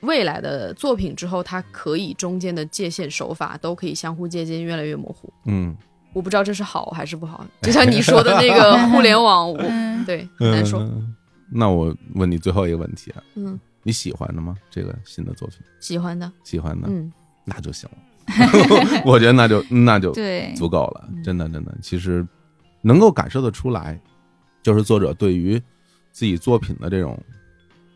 未来的作品之后，它可以中间的界限手法都可以相互借鉴，越来越模糊。嗯我不知道这是好还是不好， <laughs> 就像你说的那 <laughs> 个互联网，我嗯对很嗯，难说。嗯那我问你最后一个问题啊，嗯，你喜欢的吗？这个新的作品喜欢的，喜欢的，嗯，那就行了。 <laughs> 我觉得那就那就对，足够了，嗯真的真的，其实能够感受得出来，就是作者对于自己作品的这种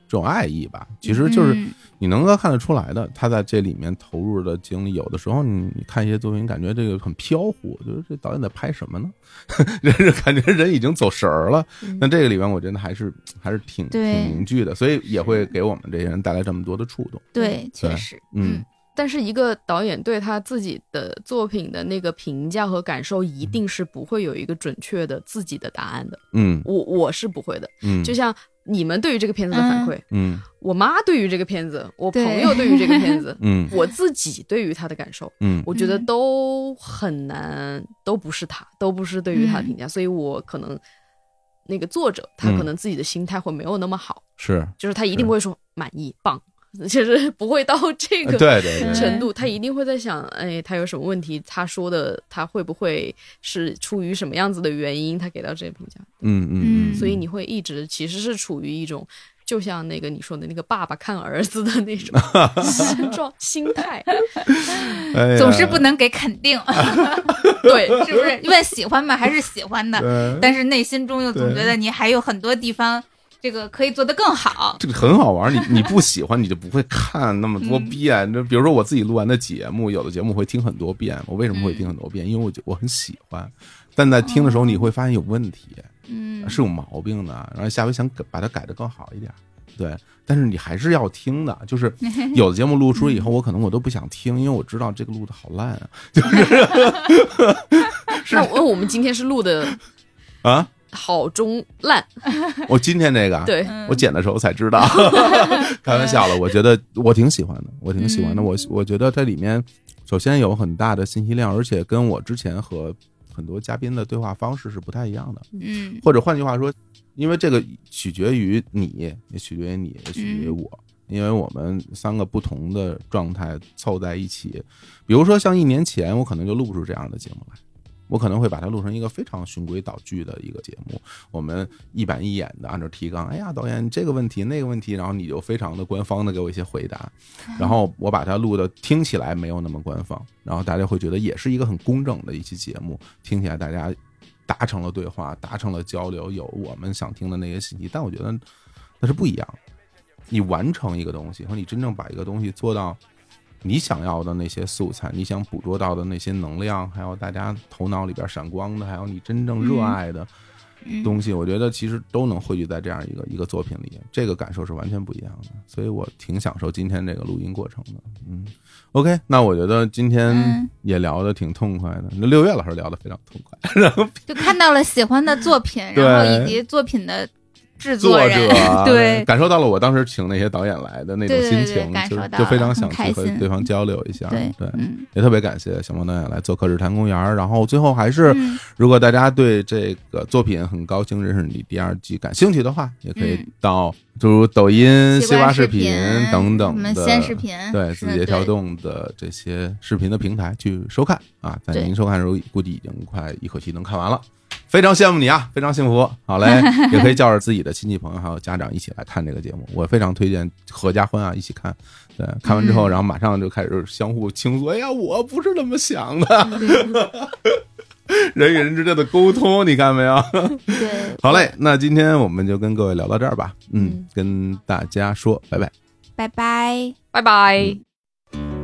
这种爱意吧，其实就是嗯你能够看得出来的，他在这里面投入的精力，有的时候你你看一些作品，感觉这个很飘忽，就是这导演在拍什么呢？ <laughs> 人是感觉人已经走神儿了。嗯那这个里面，我觉得还是还是挺挺对凝聚的，所以也会给我们这些人带来这么多的触动。对，对确实，嗯，但是一个导演对他自己的作品的那个评价和感受，一定是不会有一个准确的自己的答案的。嗯我我是不会的，嗯，就像你们对于这个片子的反馈，嗯，我妈对于这个片子，我对朋友对于这个片子嗯 <laughs> 我自己对于他的感受，嗯我觉得嗯都很难，都不是他，都不是对于他的评价，所以我可能那个作者他嗯可能自己的心态会没有那么好，是，就是他一是定不会说满意棒， <laughs> 就是不会到这呃对个对对，程度，他一定会在想，哎，他有什么问题？他说的他会不会是出于什么样子的原因？他给到这个评价，嗯嗯嗯，所以你会一直其实是处于一种。就像那个你说的那个爸爸看儿子的那 <laughs> 种状心态，哎呀总是不能给肯定， <laughs> 对，是不是？问喜欢吗？还是喜欢 <laughs> 的？对但是内心中又总对觉得你还有很多地方，这个可以做得更好。这个很好玩儿，你 <laughs> 你不喜欢你就不会看那么多遍。嗯就比如说我自己录完的节目，有的节目会听很多遍。我为什么会听很多嗯遍？因为我觉我很喜欢，但在听的时候你会发现有问题，嗯，是有毛病的。然后下回想改把它改得更好一点，对。但是你还是要听的， <laughs> 就是有的节目录出以后，嗯我可能我都不想听，因为我知道这个录的好烂啊那我我们今天是录的啊！好中烂，我今天这个啊对，嗯我剪的时候才 <laughs> 知道，开玩笑了。我觉得我挺喜欢的，我挺喜欢的。嗯我我觉得它里面首先有很大的信息量，而且跟我之前和很多嘉宾的对话方式是不太一样的。嗯或者换句话说，因为这个取决于你，也取决于你，也取决于我。因为我们三个不同的状态凑在一起，比如说像一年前，我可能就录不出这样的节目来，我可能会把它录成一个非常循规蹈矩的一个节目，我们一板一眼的按照提纲，哎呀，导演这个问题那个问题，然后你就非常的官方的给我一些回答，然后我把它录的听起来没有那么官方，然后大家会觉得也是一个很公正的一期节目，听起来大家达成了对话，达成了交流，有我们想听的那些信息，但我觉得那是不一样的。你完成一个东西，和你真正把一个东西做到你想要的那些素材，你想捕捉到的那些能量，还有大家头脑里边闪光的，还有你真正热爱的嗯东西，我觉得其实都能汇聚在这样一个一个作品里，这个感受是完全不一样的。所以我挺享受今天这个录音过程的。嗯，OK，那我觉得今天嗯也聊得挺痛快的。那六月 <laughs> 老师聊得非常痛快。就看到了喜欢的作品，对然后以及作品的制作人，者啊 <laughs> 对感受到了我当时请那些导演来的那种对对心对情，感就受是到就非了常很想开去和心对方交流一下，对对，嗯也特别感谢小毛导演来做客日坛公园儿。然后最后还是，嗯如果大家对这个作品《很高兴认识你》第二季感兴趣的话，也可以嗯到诸如抖音、西瓜瓜视频等我等们的鲜视频对是字节跳对动的这些视频的平台去收看啊。在对您收看的时候，估计已经快一口气能看完了。非常羡慕你啊，非常幸福。好 <laughs> 嘞，也可以叫着自己的亲戚朋友还有家长一起来看这个节目，我非常推荐合家欢啊，一起看。对，看完之后，嗯然后马上就开始相互倾诉，哎呀，我不是那么想的， <laughs> 人与人之间的沟通，你看没有？对， <laughs> 好嘞，那今天我们就跟各位聊到这儿吧，嗯嗯，跟大家说拜拜。拜拜。拜拜。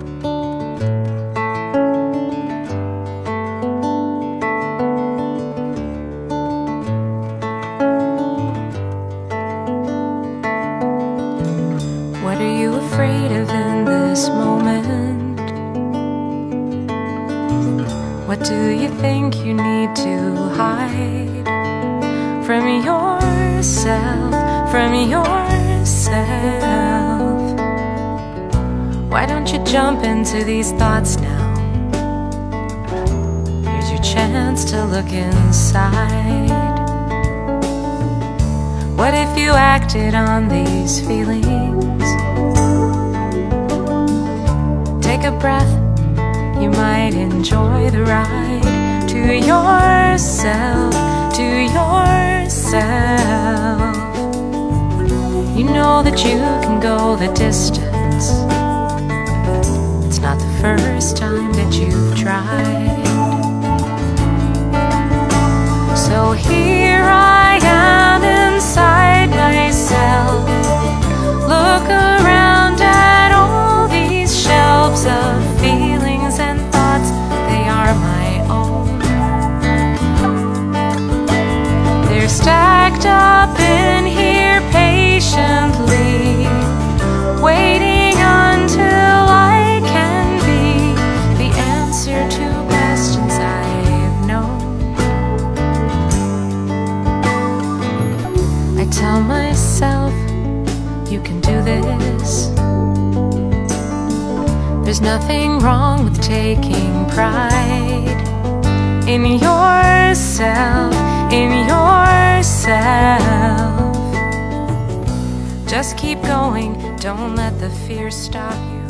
What are you afraid of in this moment? What do you think you need to hide from yourself? From yourself. Why don't you jump into these thoughts now? Here's your chance to look inside. What if you acted on these feelings? Take a breath, you might enjoy the ride to yourself, to yourself. You know that you can go the distance. It's not the first time that you've tried. So here I am inside myself. Look around at all these shelves of feelings and thoughts, they are my own. They're stacked up in here patiently, waiting until I can be the answer to questions I've known. I tell myself, you can do this. There's nothing wrong with taking pride in yourself, in yourself. Just keep going, don't let the fear stop you.